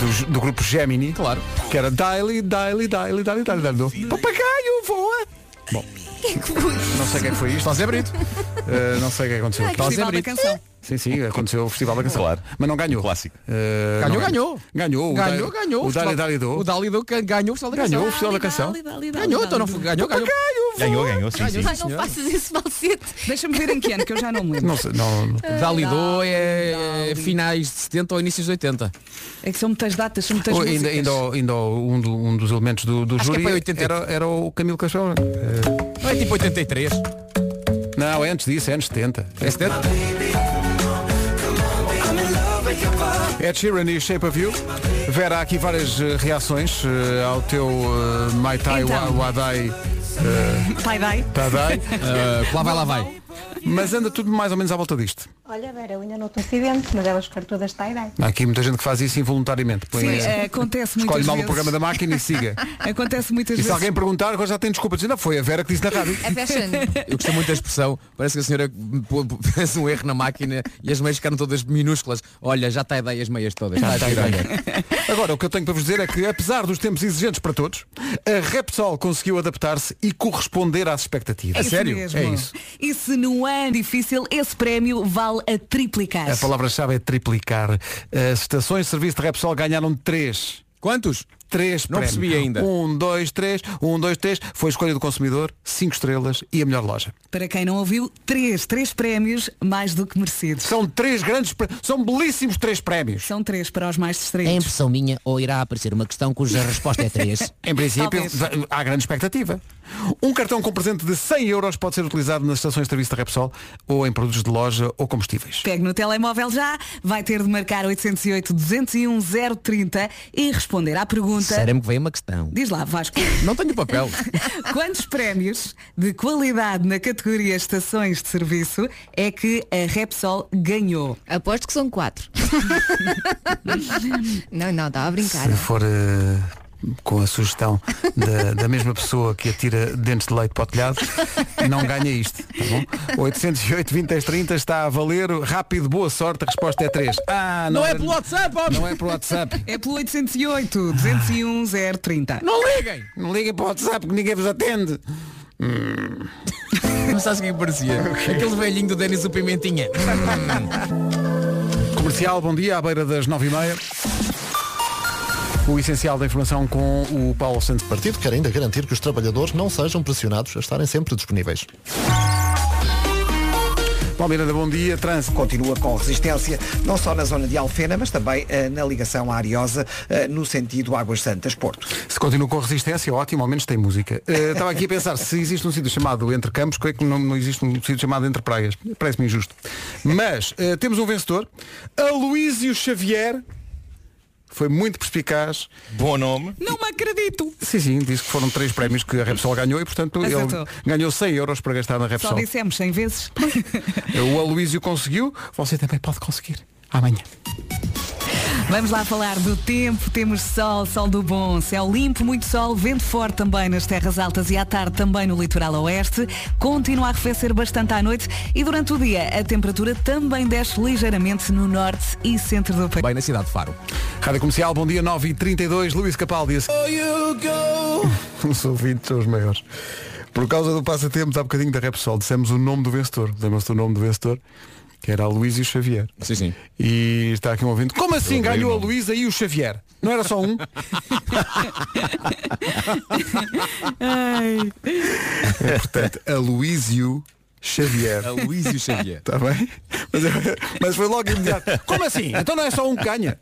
dos- do, grupo Gemini. Claro. Que era Daily, Daily, Daily, Daily, Daily, Daily. do Papagaio, voa! Bom, não sei o que é que foi isto. Está a Brito. não sei o que aconteceu.
Ai, Ah, que festival da canção.
Sim, sim, aconteceu o Festival da Canção. Claro. Mas não ganhou. Clássico.
Ganhou, ganhou.
Ganhou, o
Ganhou,
Dali-
ganhou.
O Dali
Festival-
Dali do.
O Dali do que ganhou o Festival da Canção.
Ganhou o Festival da Canção.
Ganhou, então não foi. Ganhou, ganhou.
Ganhou, ganhou, sim, sim.
não faças esse falsete.
Deixa-me ver em que ano, que eu já não me lembro.
Não sei, não.
Ah,
Eh,
Dali do é é finais de 70 ou inícios de 80.
É que são muitas datas, são muitas
Oh,
músicas.
ainda, ainda, ainda um, do- um dos elementos do, do
Acho que é
júri
para 80.
era, era o Camilo Cachorro.
Não é tipo 83.
Não, é antes disso, é anos 70. É 70?
Tá
Ed Sheeran e Shape of You. Vera, há aqui várias eh, reações eh, ao teu eh, Mai Tai
Então.
Wa- Wadai eh,
Pai-dai.
Tá
Tadai.
Eh, lá vai, lá vai.
Mas anda tudo mais ou menos à volta disto.
Olha, Vera, eu ainda não estou acidente, mas elas ficaram todas tie-dye.
Há aqui muita gente que faz isso involuntariamente. Põe,
Sim,
eh,
acontece
Escolhe
muitas
mal
vezes.
o programa da máquina e siga.
Acontece muitas
E se
vezes.
alguém perguntar, agora já tem desculpa. Diz, não, foi a Vera que disse na rádio.
É fashion.
Eu gostei muito da expressão. Parece que a senhora pô- pô- fez um erro na máquina e as meias ficaram todas minúsculas. Olha, já está a ideia as meias todas.
Já
Tá
está
a
a
ideia.
ideia. Agora, o que eu tenho para vos dizer é que, apesar dos tempos exigentes para todos, a Repsol conseguiu adaptar-se e corresponder às expectativas.
isso mesmo.
É isso.
E se no ano difícil, esse prémio vale a triplicar.
A palavra-chave é triplicar. As estações de serviço de Repsol ganharam três.
Quantos?
Três
Não
prémios.
percebi ainda.
Um, dois, três. Um, dois, três. Foi a escolha do consumidor, cinco estrelas e a melhor loja.
Para quem não ouviu, três, três prémios mais do que merecidos.
São três grandes, pré- são belíssimos três prémios.
São três para os mais
É
distraídos.
impressão minha ou irá aparecer uma questão cuja resposta é 3?
Em princípio, va- há grande expectativa. Um cartão com presente de 100 euros pode ser utilizado nas estações de serviço da Repsol ou em produtos de loja ou combustíveis.
Pegue no telemóvel já, vai ter de marcar 808-201-030 e responder à pergunta.
Disseram-me que veio uma questão.
Diz lá, Vasco.
Não tenho papel.
Quantos prémios de qualidade na categoria estações de serviço é que a Repsol ganhou?
Aposto que são quatro. não, não, estava a brincar.
Se for eh, com a sugestão da, da mesma pessoa que atira dentes de leite para o telhado, não ganha isto. Tá bom? 808 20 10 30 está a valer. Rápido, boa sorte. A resposta é 3. Ah, não, era-
WhatsApp,
Não é pelo WhatsApp.
É pelo 808 201 030.
Não liguem!
Não liguem para o WhatsApp que ninguém vos atende.
Não sabes quem parecia? Aquele velhinho do Denis o Pimentinha.
Hum. Comercial, bom dia, à beira das 9h30. O essencial da informação com o Paulo Santos.
O partido quer ainda garantir que os trabalhadores não sejam pressionados a estarem sempre disponíveis.
Paulo Miranda, bom dia. Trânsito
continua com resistência, não só na zona de Alfena, mas também eh, na ligação à Ariosa, eh, no sentido Águas Santas-Porto.
Se continua com resistência, ótimo, ao menos tem música. Eh, Estava aqui a pensar, se existe um sítio chamado Entre Campos, creio que não, não existe um sítio chamado Entre Praias. Parece-me injusto. Mas eh, temos um vencedor, Aloísio Xavier. Foi muito perspicaz.
Bom nome.
Não me acredito.
Sim, sim, disse que foram três prémios que a Repsol ganhou e, portanto,
Acertou.
ele ganhou 100 euros para gastar
É
na
Só
Repsol.
dissemos 100 vezes.
O Aloísio conseguiu, você também pode conseguir. Amanhã.
Vamos lá falar do tempo. Temos sol, sol do bom, céu limpo, muito sol, vento forte também nas terras altas e à tarde também no litoral oeste. Continua a arrefecer bastante à noite e durante o dia a temperatura também desce ligeiramente no norte e centro do país.
Bem na cidade de Faro.
Rádio Comercial, bom dia 9 e 32 Luís Capaldi. Os ouvintes são os maiores. Por causa do passatempo, há bocadinho da Repsol, dissemos o nome do vencedor. Lembram-se do nome do vencedor? Que era Aloysio Xavier.
Sim, sim.
E está aqui um ouvinte. Como assim
Eu odeio
ganhou a
nomes.
Luísa e o Xavier? Não era só um? É, portanto, Aloísio Xavier.
Aloísio Xavier.
Está bem? Mas, mas foi logo imediato. Como assim? Então não é só um que ganha.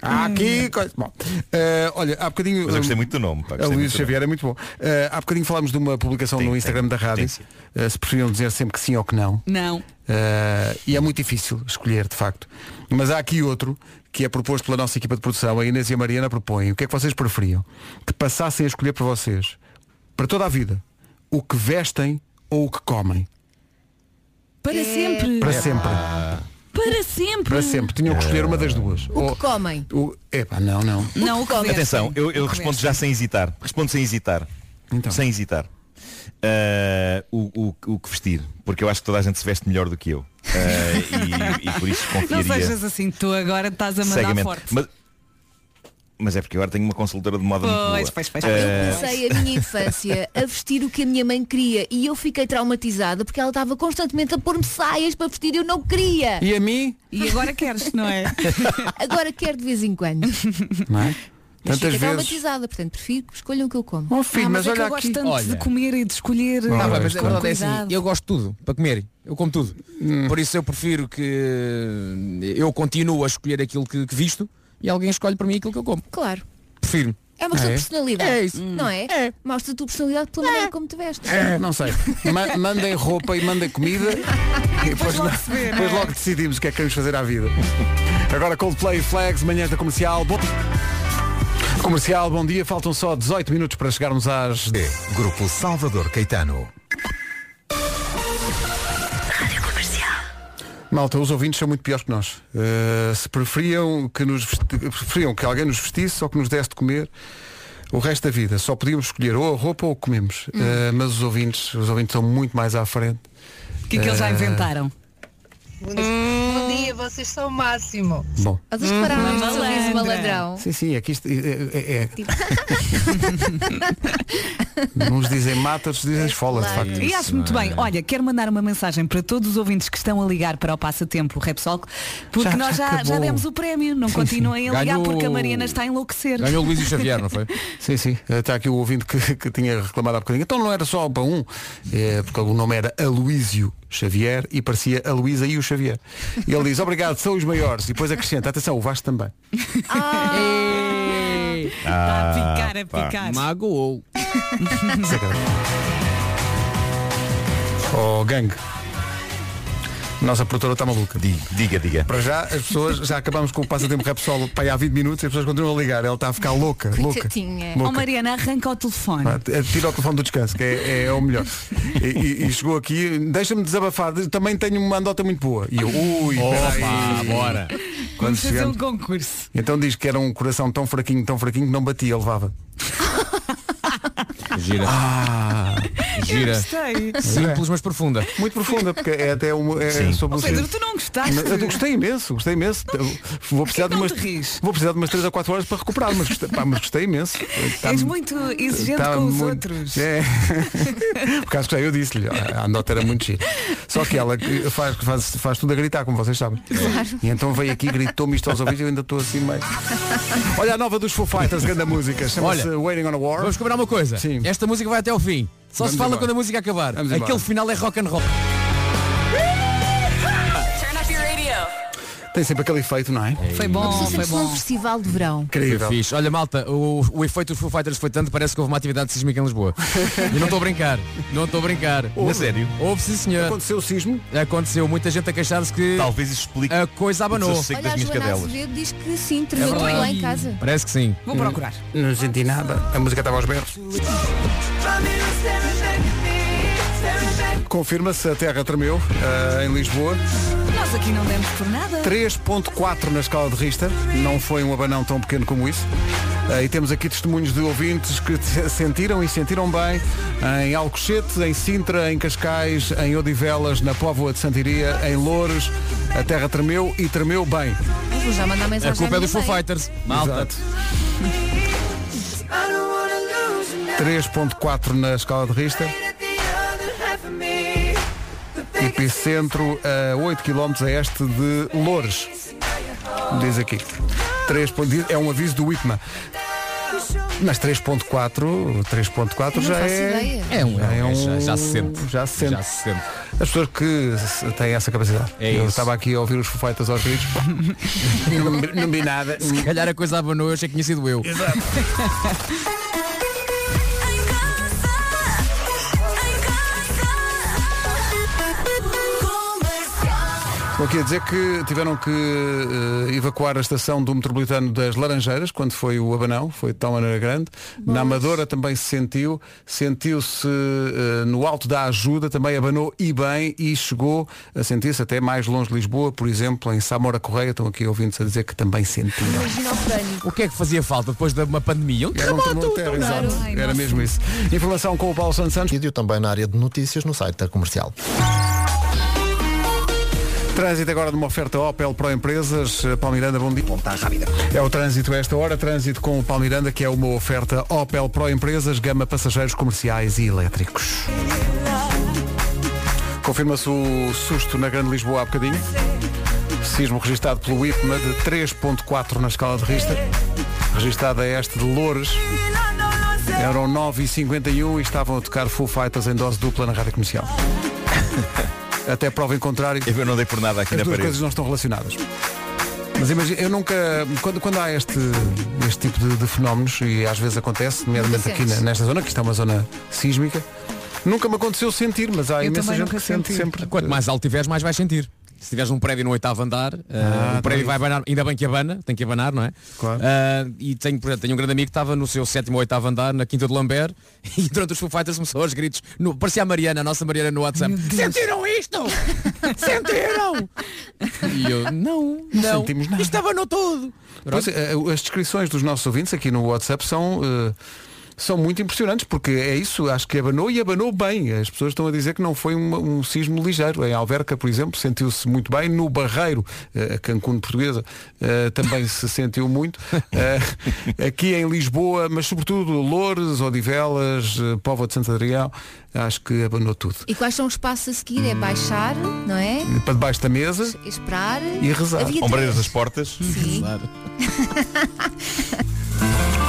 Há aqui. coisa- Bom, eh, olha, há bocadinho.
Mas eu gostei muito do nome. Pá,
A
gostei
Luís
muito do nome.
Xavier é muito bom. Eh, há bocadinho falámos de uma publicação no Instagram da rádio. eh, se preferiam dizer sempre que sim ou que não.
Não.
Eh, e é muito difícil escolher, de facto. Mas há aqui outro que é proposto pela nossa equipa de produção. A Inês e a Mariana propõem. O que é que vocês preferiam? Que passassem a escolher para vocês, para toda a vida, o que vestem ou o que comem.
Para sempre.
Para sempre.
Para sempre.
Para sempre. Tinham que Oh. escolher uma das duas.
O que comem?
O... Epá, não, não.
Não, o que comem.
Atenção, eu, eu
O que
respondo
vestem.
já sem hesitar. Respondo sem hesitar.
Então.
Sem hesitar. Ah, o, o- o que vestir. Porque eu acho que toda a gente se veste melhor do que eu. Ah, e, e por isso
Não
confiaria
sejas assim, tu agora estás a mandar
cegamente.
forte.
Mas, mas é porque agora tenho uma consultora de moda muito boa.
Eu
Eh,
comecei a minha infância a vestir o que a minha mãe queria e eu fiquei traumatizada porque ela estava constantemente a pôr-me saias para vestir e eu não queria.
E a mim?
E agora queres, não é?
agora quero de vez em quando.
Não é?
Mas
Tantas
fiquei
vezes.
traumatizada, portanto prefiro que escolham o que eu como.
Oh, filho,
Ah,
mas
mas, é que
olha
eu gosto
aqui.
tanto de
Olha.
comer e de escolher.
eh,
Não, mas a
com
verdade é assim,
cuidado.
eu gosto de tudo para comer. Eu como tudo.
Hum.
Por isso eu prefiro que eu continuo a escolher aquilo que, que visto e alguém escolhe para mim aquilo que eu como.
Claro.
Prefiro.
É uma questão
É?
de personalidade.
É isso.
Não é? Mostra a tua personalidade pela maneira como te vestes.
É, não sei. Ma- mandem roupa e mandem comida. E depois,
logo
na-
se vê, não é?
depois logo decidimos o que é que queremos fazer à vida. Agora Coldplay e Flags, manhãs da comercial. Bom... Comercial, bom dia. Faltam só 18 minutos para chegarmos às. D.
É, Grupo Salvador Caetano.
Malta, os ouvintes são muito piores que nós. Uh, se preferiam que, nos vesti- preferiam que alguém nos vestisse ou que nos desse de comer o resto da vida. Só podíamos escolher ou a roupa ou o que comemos.
Hum.
Uh, mas os ouvintes, os ouvintes são muito mais à frente.
O que é que eles já
Uh,
inventaram?
Bom dia, vocês são o máximo.
Bom.
Vocês pararam
Hum,
neste sorriso
malandra.
malandrão.
Sim, sim, aqui isto, é, é-
Tipo.
é- Uns dizem mata, outros dizem esfola, de facto.
É E acho muito
é?
bem. Olha, quero mandar uma mensagem para todos os ouvintes que estão a ligar para o Passatempo Repsol, porque
Já-
nós
já
já, já
acabou.
demos o prémio. Não
Sim,
continuem
sim.
a ligar
Ganhou-
porque a Mariana está a enlouquecer.
Ganhou o Luís e Xavier, não foi?
Sim, sim. Eh, Está aqui o ouvinte que, que tinha reclamado há bocadinho. Então não era só para um, eh, porque o nome era Aloísio Xavier e parecia a Luísa e o Xavier. E ele diz, obrigado, são os maiores. E depois acrescenta, atenção, o Vasco também.
Tá
Está
Ah,
a picar, a
Ah, pá.
picar.
Magoou.
Oh, gangue. Nossa produtora está maluca.
Diga, diga.
Para já, as pessoas, já acabamos com o passatempo rap solo para aí há 20 minutos e as pessoas continuam a ligar. Ela está a ficar louca, louca.
Coitadinha. Oh,
louca.
Mariana, arranca o telefone.
Pá, t- Tira o telefone do descanso, que é, é- é o melhor. E, e- e chegou aqui, deixa-me desabafar, de- também tenho uma andota muito boa. E eu, ui,
Opa,
peraí.
bora.
Quando
Vamos fazer um
chegamos,
concurso.
então diz que era um coração tão fraquinho, tão fraquinho que não batia, levava.
Gira.
Ah,
Gira.
gostei.
Simples, mas profunda.
Muito profunda, porque é até uma, é sobre
Oh,
o
Pedro,
seu-
tu não gostaste?
Mas eu gostei imenso, gostei imenso. Eu Vou precisar, de umas, vou precisar de umas 3 ou 4 horas para recuperar, mas gostei, pá, mas gostei imenso.
tá
És muito exigente
tá
com os
muito-
outros.
É. Porque acho que já eu disse-lhe, "Ah, a a nota era muito gira. Só que ela que faz, faz, faz tudo a gritar, como vocês sabem.
Claro.
E então veio aqui, gritou-me isto aos ouvidos e eu ainda estou assim meio. Olha a nova dos Foo Fighters, grande música. é, Chama-se
Olha,
Waiting on a War.
Vamos cobrar uma coisa.
Sim.
Esta música vai até ao fim. Só
Vamos
se fala
embora.
quando a música acabar.
Vamos embora.
Aquele final é rock and roll.
Turn up your radio.
Tem sempre aquele efeito, não é?
Foi bom,
Uma pessoa
foi
sente-se num
bom.
festival de verão.
Incrível.
Foi fixe. Olha, malta, o, o efeito dos Foo Fighters foi tanto, parece que houve uma atividade sísmica em Lisboa. e não estou a brincar, não estou a brincar.
Na sério?
Houve sim senhor.
Aconteceu o sismo?
Aconteceu, muita gente a queixar-se que
Talvez isso explique
a coisa
o
abanou.
desassossego
Olha, a Joana Azevedo diz que
É
sim, terminou
verdade.
lá em casa.
Hum.
Parece que sim.
Vou procurar.
Não senti nada. A música estava aos berros. Confirma-se, a terra tremeu ah, em Lisboa.
Nós aqui não demos por nada.
3.4 na escala de Richter. Não foi um abanão tão pequeno como isso. Ah, e temos aqui testemunhos de ouvintes que se- sentiram e sentiram bem em Alcochete, em Sintra, em Cascais, em Odivelas, na Póvoa de Santiria, em Loures. A terra tremeu e tremeu bem.
Eu Vou já mandar mensagem
A culpa
à
é
minha
dos Foo
mãe.
Fighters. Malta.
Exato. 3.4 na escala de Richter. Epicentro a 8 km a este de Loures. Diz aqui. 3. pon- diz- É um aviso do IPMA. Mas 3.4, 3.4
Não
já
faço
é,
ideia.
É um,
já é um-
já, já se sente.
Já se sente.
Já se sente.
As pessoas que se- têm essa capacidade.
É
Eu
isso.
estava aqui a ouvir os fofaitas aos gritos. não, não vi nada.
Se calhar a coisa abanou, eu achei que tinha sido eu.
Estou aqui a dizer que tiveram que eh, evacuar a estação do metropolitano das Laranjeiras, quando foi o Abanão, foi de tal maneira grande. Na Amadora também se sentiu, sentiu-se eh, no alto da ajuda, também abanou e bem e chegou a sentir-se até mais longe de Lisboa, por exemplo, em Samora Correia, estão aqui ouvindo-se a dizer que também sentiram.
Imagina o pânico.
O que é que fazia falta depois de uma pandemia? Um
Era um
terremoto.
terremoto de terra,
claro.
exato.
Ai,
Era
nossa.
mesmo isso. Informação com o Paulo Santos Santos.
Vídeo também na área de notícias no site da comercial.
Trânsito agora numa oferta Opel Pro Empresas. Eh, Paulo Miranda, bom dia. Ponta rápida. É o trânsito a esta hora, trânsito com o Paulo Miranda, que é uma oferta Opel Pro Empresas, gama passageiros comerciais e elétricos. Confirma-se o susto na Grande Lisboa há bocadinho. Sismo registado pelo IPMA de 3.4 na escala de Richter. Registada este de Loures. Eram 9h51 e estavam a tocar Full Fighters em dose dupla na rádio comercial. Até prova em contrário.
Eu não dei por nada aqui
As
na
duas
parede.
coisas não estão relacionadas. Mas imagina, eu nunca, quando, quando há este, este tipo de, de fenómenos, e às vezes acontece, nomeadamente aqui na-
Sentes.
nesta zona, que isto é uma zona sísmica, nunca me aconteceu sentir, mas há imensa gente que sente sempre.
Quanto mais alto tiveres, mais vais sentir. Se tiveres um prédio no oitavo andar, eh,
Ah,
o prédio
tá
vai abanar, ainda bem que abana, tem que abanar, não é?
Claro.
Ah, e tenho, por exemplo, tenho um grande amigo que estava no seu sétimo ou oitavo andar, na quinta do Lambert, e durante os Foo Fighters começou aos gritos, no, parecia a Mariana, a nossa Mariana no WhatsApp. Sentiram isto? Sentiram? E eu, não, não.
sentimos nada.
Estava no todo.
Pois, eh, as descrições dos nossos ouvintes aqui no WhatsApp são, eh, são muito impressionantes, porque é isso, acho que abanou e abanou bem. As pessoas estão a dizer que não foi uma- um, sismo ligeiro. Em Alverca, por exemplo, sentiu-se muito bem. No Barreiro, eh, a Cancún portuguesa, eh, também se sentiu muito. Eh, aqui em Lisboa, mas sobretudo Loures, Odivelas, eh, Póvoa de Santo Adrião, acho que abanou tudo.
E quais são os passos a seguir? É baixar, não é?
E Para debaixo da mesa,
Esperar.
Hum. E rezar.
Havia
Ombreiras
três.
das portas.
Sim.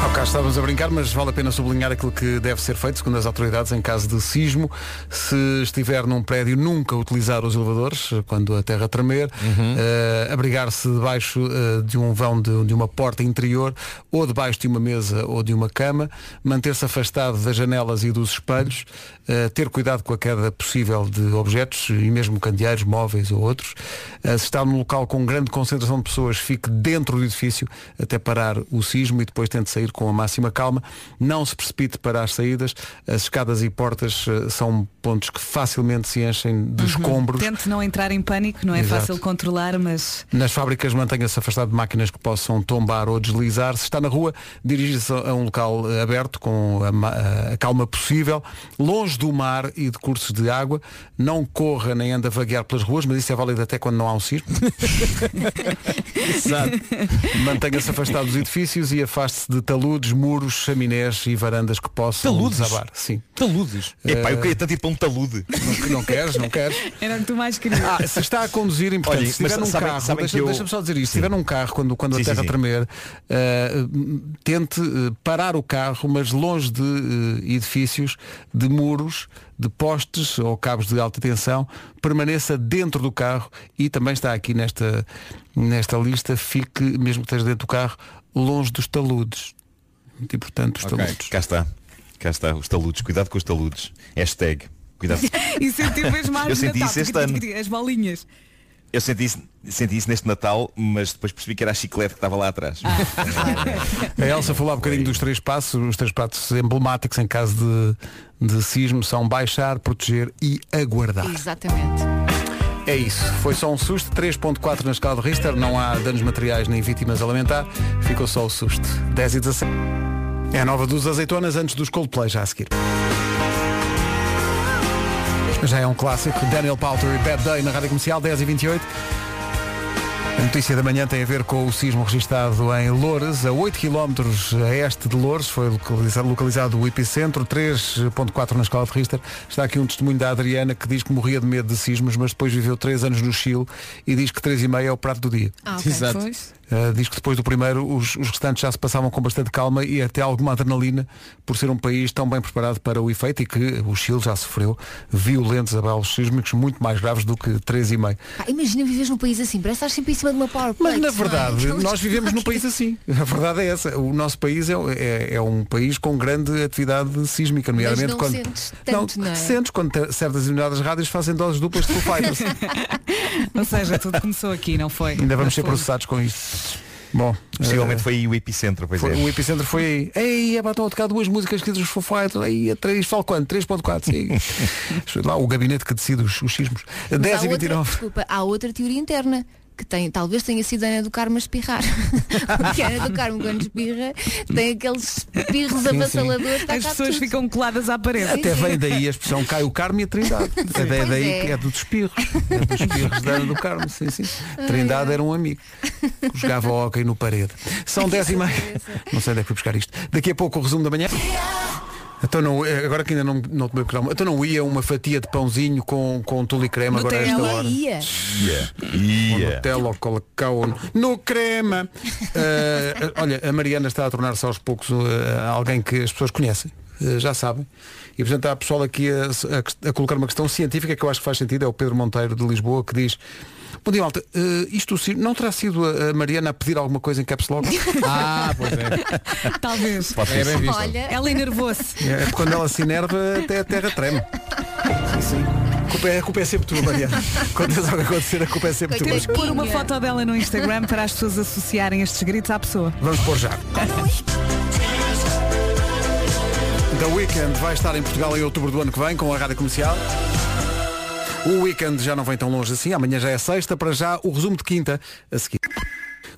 Ao cá estávamos a brincar, mas vale a pena sublinhar aquilo que deve ser feito, segundo as autoridades, em caso de sismo. Se estiver num prédio, nunca utilizar os elevadores eh, quando a terra tremer.
Uhum.
Eh, Abrigar-se debaixo eh, de um vão de, de uma porta interior, ou debaixo de uma mesa ou de uma cama. Manter-se afastado das janelas e dos espelhos. Eh, ter cuidado com a queda possível de objetos, e mesmo candeeiros, móveis ou outros. Eh, se está num local com grande concentração de pessoas, fique dentro do edifício até parar o sismo e depois tente sair com a máxima calma. Não se precipite para as saídas. As escadas e portas eh, são pontos que facilmente se enchem
Uhum.
de escombros.
Tente não entrar em pânico, não é
Exato.
fácil controlar, mas
Nas fábricas mantenha-se afastado de máquinas que possam tombar ou deslizar. Se está na rua, dirija-se a um local eh, aberto com a, ma- a calma possível, longe do mar e de cursos de água. Não corra nem anda a vaguear pelas ruas, mas isso é válido até quando não há um sismo. Exato. Mantenha-se afastado dos edifícios e afaste-se de taludes, muros, chaminés e varandas que possam
Taludes?
desabar. Sim. Eh,
Taludes.
Epá, eu queria tanto ir para um talude.
Não, não queres, não queres.
era o que tu mais querias.
Ah, se está a conduzir, importante,
Olhem,
se estiver
mas
num
sabem-
carro,
sabem que
deixa-me
eu-
deixa-me só dizer isto, se estiver num carro, quando, quando a
Sim, sim,
terra
sim.
tremer, eh, tente eh, parar o carro, mas longe de eh, edifícios, de muros, de postes ou cabos de alta tensão, permaneça dentro do carro e também está aqui nesta, nesta lista, fique, mesmo que esteja dentro do carro, longe dos taludes. Muito importante os taludes.
Cá está. Cá está, os taludes. Cuidado com os taludes. Hashtag. Cuidado.
e sentir as
Eu
margens
senti
na
isso este
tábua,
ano.
as bolinhas.
Eu senti isso, senti isso neste Natal, mas depois percebi que era a chiclete que estava lá atrás.
A Elsa falou há bocadinho dos três passos, os três passos emblemáticos em caso de, de sismo são baixar, proteger e aguardar.
Exatamente.
É isso, foi só um susto, 3.4 na escala de Richter, não há danos materiais nem vítimas a lamentar, ficou só o susto. 10 e 17. É a nova dos azeitonas antes dos Coldplay já a seguir. Já é um clássico, Daniel Palter e Bad Day na Rádio Comercial, 10 e 28. A notícia da manhã tem a ver com o sismo registado em Loures, a 8 km a este de Loures, foi localizado, localizado o epicentro, 3.4 na escala de Richter. Está aqui um testemunho da Adriana que diz que morria de medo de sismos, mas depois viveu 3 anos no Chile e diz que 3,5 é o prato do dia.
Ah, ok. Exato. Pois.
Uh, diz que depois do primeiro os, os restantes já se passavam com bastante calma e até alguma adrenalina por ser um país tão bem preparado para o efeito e que o Chile já sofreu violentos abalos sísmicos muito mais graves do que 3,5.
Pá, imagina viveres num país assim, parece que estás sempre em cima de uma
Mas
PowerPoint.
na
não é?
verdade,
Aqueles-
nós vivemos num país assim. A verdade é essa. O nosso país é, é- é um país com grande atividade sísmica, nomeadamente
não
quando.
sentes tanto, não é?
sentes quando te- certas unidades rádios fazem doses duplas de Foo Fighters.
Ou seja, tudo começou aqui, não foi?
Ainda vamos
Mas
ser
foi.
processados com isto. Bom, eh,
Possivelmente foi aí o epicentro, pois
Foi-
é.
O epicentro foi aí. Ei, é pá, estão a tocar duas músicas que dos Foo Fighters. Aí a 3, falo quanto? 3.4. sim. Lá o gabinete que decide os, os sismos.
Mas há
10 e
outra-
29.
Desculpa, há outra teoria interna. que tem, talvez tenha sido a Ana do Carmo a espirrar. Porque a Ana do Carmo, quando espirra, tem aqueles espirros
Sim, sim.
avassaladores. está
As
cá
pessoas
tudo.
ficam coladas à parede.
Até vem daí a expressão cai o Carmo e a Trindade. É daí,
Pois
daí
é.
que é do despirro. É dos espirros da Ana do Carmo. Sim, sim. Trindade era um amigo. que Jogava hóquei no parede. São 10 e meia. Não sei onde é que fui buscar isto. Daqui a pouco o resumo da manhã. Então não, eh, agora que ainda não, não tomei o programa. Então não ia uma fatia de pãozinho com, com tule e creme agora a esta hora.
Ia.
Ou Nutella ou colacau no crema. Eh, olha, a Mariana está a tornar-se aos poucos eh, alguém que as pessoas conhecem, eh, já sabem. E portanto há pessoal aqui a, a- a colocar uma questão científica que eu acho que faz sentido, é o Pedro Monteiro de Lisboa que diz. Bom dia, Malta. eh, isto se- não terá sido a a Mariana a pedir alguma coisa em caps lock?
Ah,
pois é.
Talvez.
Pode ser É bem visto.
Olha, ela enervou-se.
É, quando ela se enerva, até a terra treme. Sim, sim. A culpa é, a culpa é sempre tua, Mariana. Quando tens algo a acontecer, a culpa é sempre tua.
Tens que pôr uma foto dela no Instagram para as pessoas associarem estes gritos à pessoa.
Vamos pôr já.
é?
The Weekend vai estar em Portugal em outubro do ano que vem com a rádio comercial. O weekend já não vem tão longe assim, amanhã já é sexta, para já o resumo de quinta a seguir.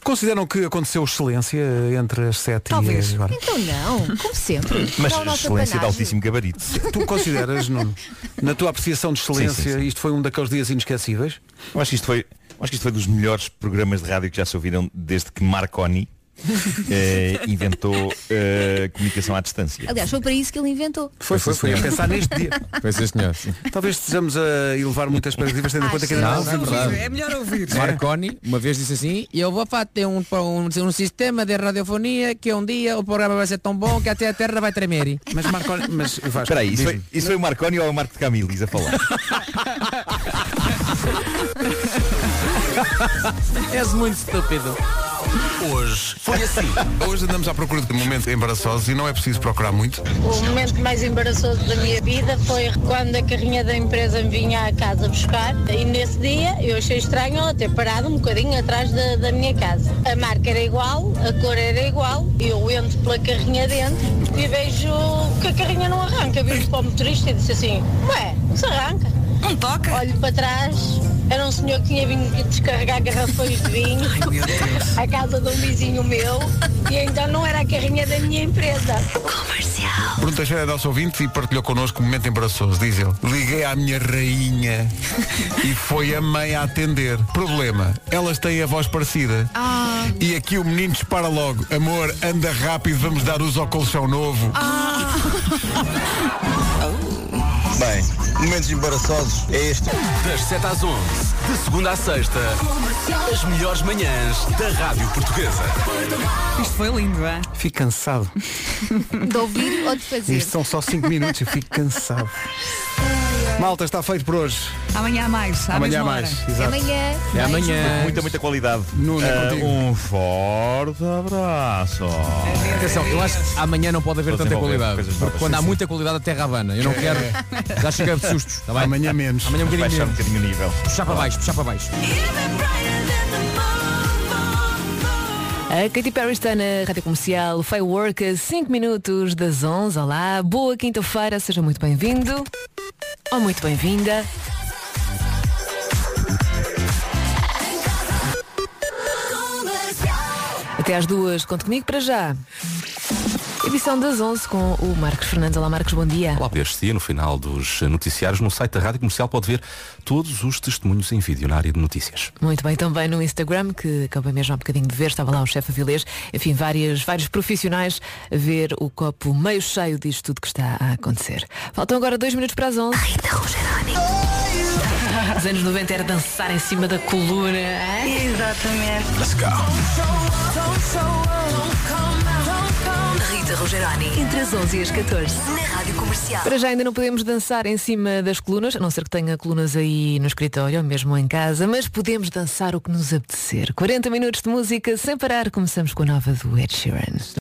Consideram que aconteceu excelência entre as sete
Talvez.
e agora?
Então não, como sempre.
Mas
Dá o nosso
excelência de
apanagem.
altíssimo gabarito.
Tu consideras, Nuno, na tua apreciação de excelência,
Sim, sim,
isto foi um daqueles dias inesquecíveis?
Eu acho que isto foi, eu acho que isto foi dos melhores programas de rádio que já se ouviram desde que Marconi eh, inventou eh, comunicação à distância.
Aliás, foi para isso que ele inventou.
Foi, foi, foi a pensar neste dia. Foi sim,
Ah,
senhor. Talvez estejamos a elevar muitas expectativas, tendo em conta que ainda não É? ouvimos nada.
é
É
Marconi uma vez disse assim, eu vou fazer um, um, um sistema de radiofonia que um dia o programa vai ser tão bom que até a terra vai tremer.
Mas Marconi, mas eh, Vasco,
Espera aí, isso foi, isso foi o Marconi ou o Marco de Camilis a falar?
És muito estúpido.
Hoje foi assim. Hoje andamos à procura de momentos embaraçosos e não é preciso procurar muito.
O momento mais embaraçoso da minha vida foi quando a carrinha da empresa me vinha à casa buscar e nesse dia eu achei estranho ela ter parado um bocadinho atrás da, da minha casa. A marca era igual, a cor era igual, eu entro pela carrinha dentro e vejo que a carrinha não arranca. Viro para o motorista e disse assim, ué, não se arranca. Não toca. Olho para trás, era um senhor que tinha vindo descarregar garrafões de vinho à casa de um vizinho meu e então não era a carrinha da minha empresa. Comercial.
Bruno Teixeira é nosso ouvinte e partilhou connosco um momento embaraçoso, diz ele. Liguei à minha rainha e foi a mãe a atender. Problema, elas têm a voz parecida.
Ah.
E aqui o menino dispara logo. Amor, anda rápido, vamos dar uso ao colchão novo.
Ah.
Bem, momentos embaraçosos é este.
Das 7 às 11, de segunda à sexta, as melhores manhãs da Rádio Portuguesa.
Isto foi lindo, é?
Fico cansado.
De ouvir ou de fazer.
Isto são só 5 minutos, eu fico cansado. Malta, está feito por hoje.
Amanhã há mais. À
Amanhã
mesma
há mais,
Hora.
exato.
Amanhã.
É amanhã.
Com Muita, muita qualidade.
é
Ah,
contigo.
um forte abraço.
Atenção, eu acho que amanhã não pode haver
Estou a
tanta
desenvolver
qualidade.
coisas novas.
Porque quando
Sim, É.
há
sim.
muita qualidade até Ravana, eu não quero. Já chega de sustos. Tá bem?
Amanhã menos.
Amanhã um
Vamos
bocadinho
baixar
menos.
um bocadinho o nível.
Puxar para baixo, puxar para baixo.
A Katy Perry está na Rádio Comercial Firework, a 5 minutos das 11. Olá, boa quinta-feira, seja muito bem-vindo ou muito bem-vinda. Até às duas, conte comigo para já. Edição das 11 com o Marcos Fernandes. Olá, Marcos, bom dia.
Olá, este dia, no final dos eh, noticiários, no site da Rádio Comercial pode ver todos os testemunhos em vídeo na área de notícias.
Muito bem, também no Instagram, que acabei mesmo há bocadinho de ver, estava lá o chefe Avilés, enfim, várias, vários profissionais a ver o copo meio cheio disto tudo que está a acontecer. Faltam agora dois minutos para as 11. Os anos 90 era dançar em cima da coluna, hein?
Exatamente.
Let's
Rita Rogeroni.
Entre as 11 e as 14.
Na Rádio Comercial.
Para já ainda não podemos dançar em cima das colunas, a não ser que tenha colunas aí no escritório ou mesmo em casa, mas podemos dançar o que nos apetecer. 40 minutos de música sem parar, começamos com a nova do Ed Sheeran.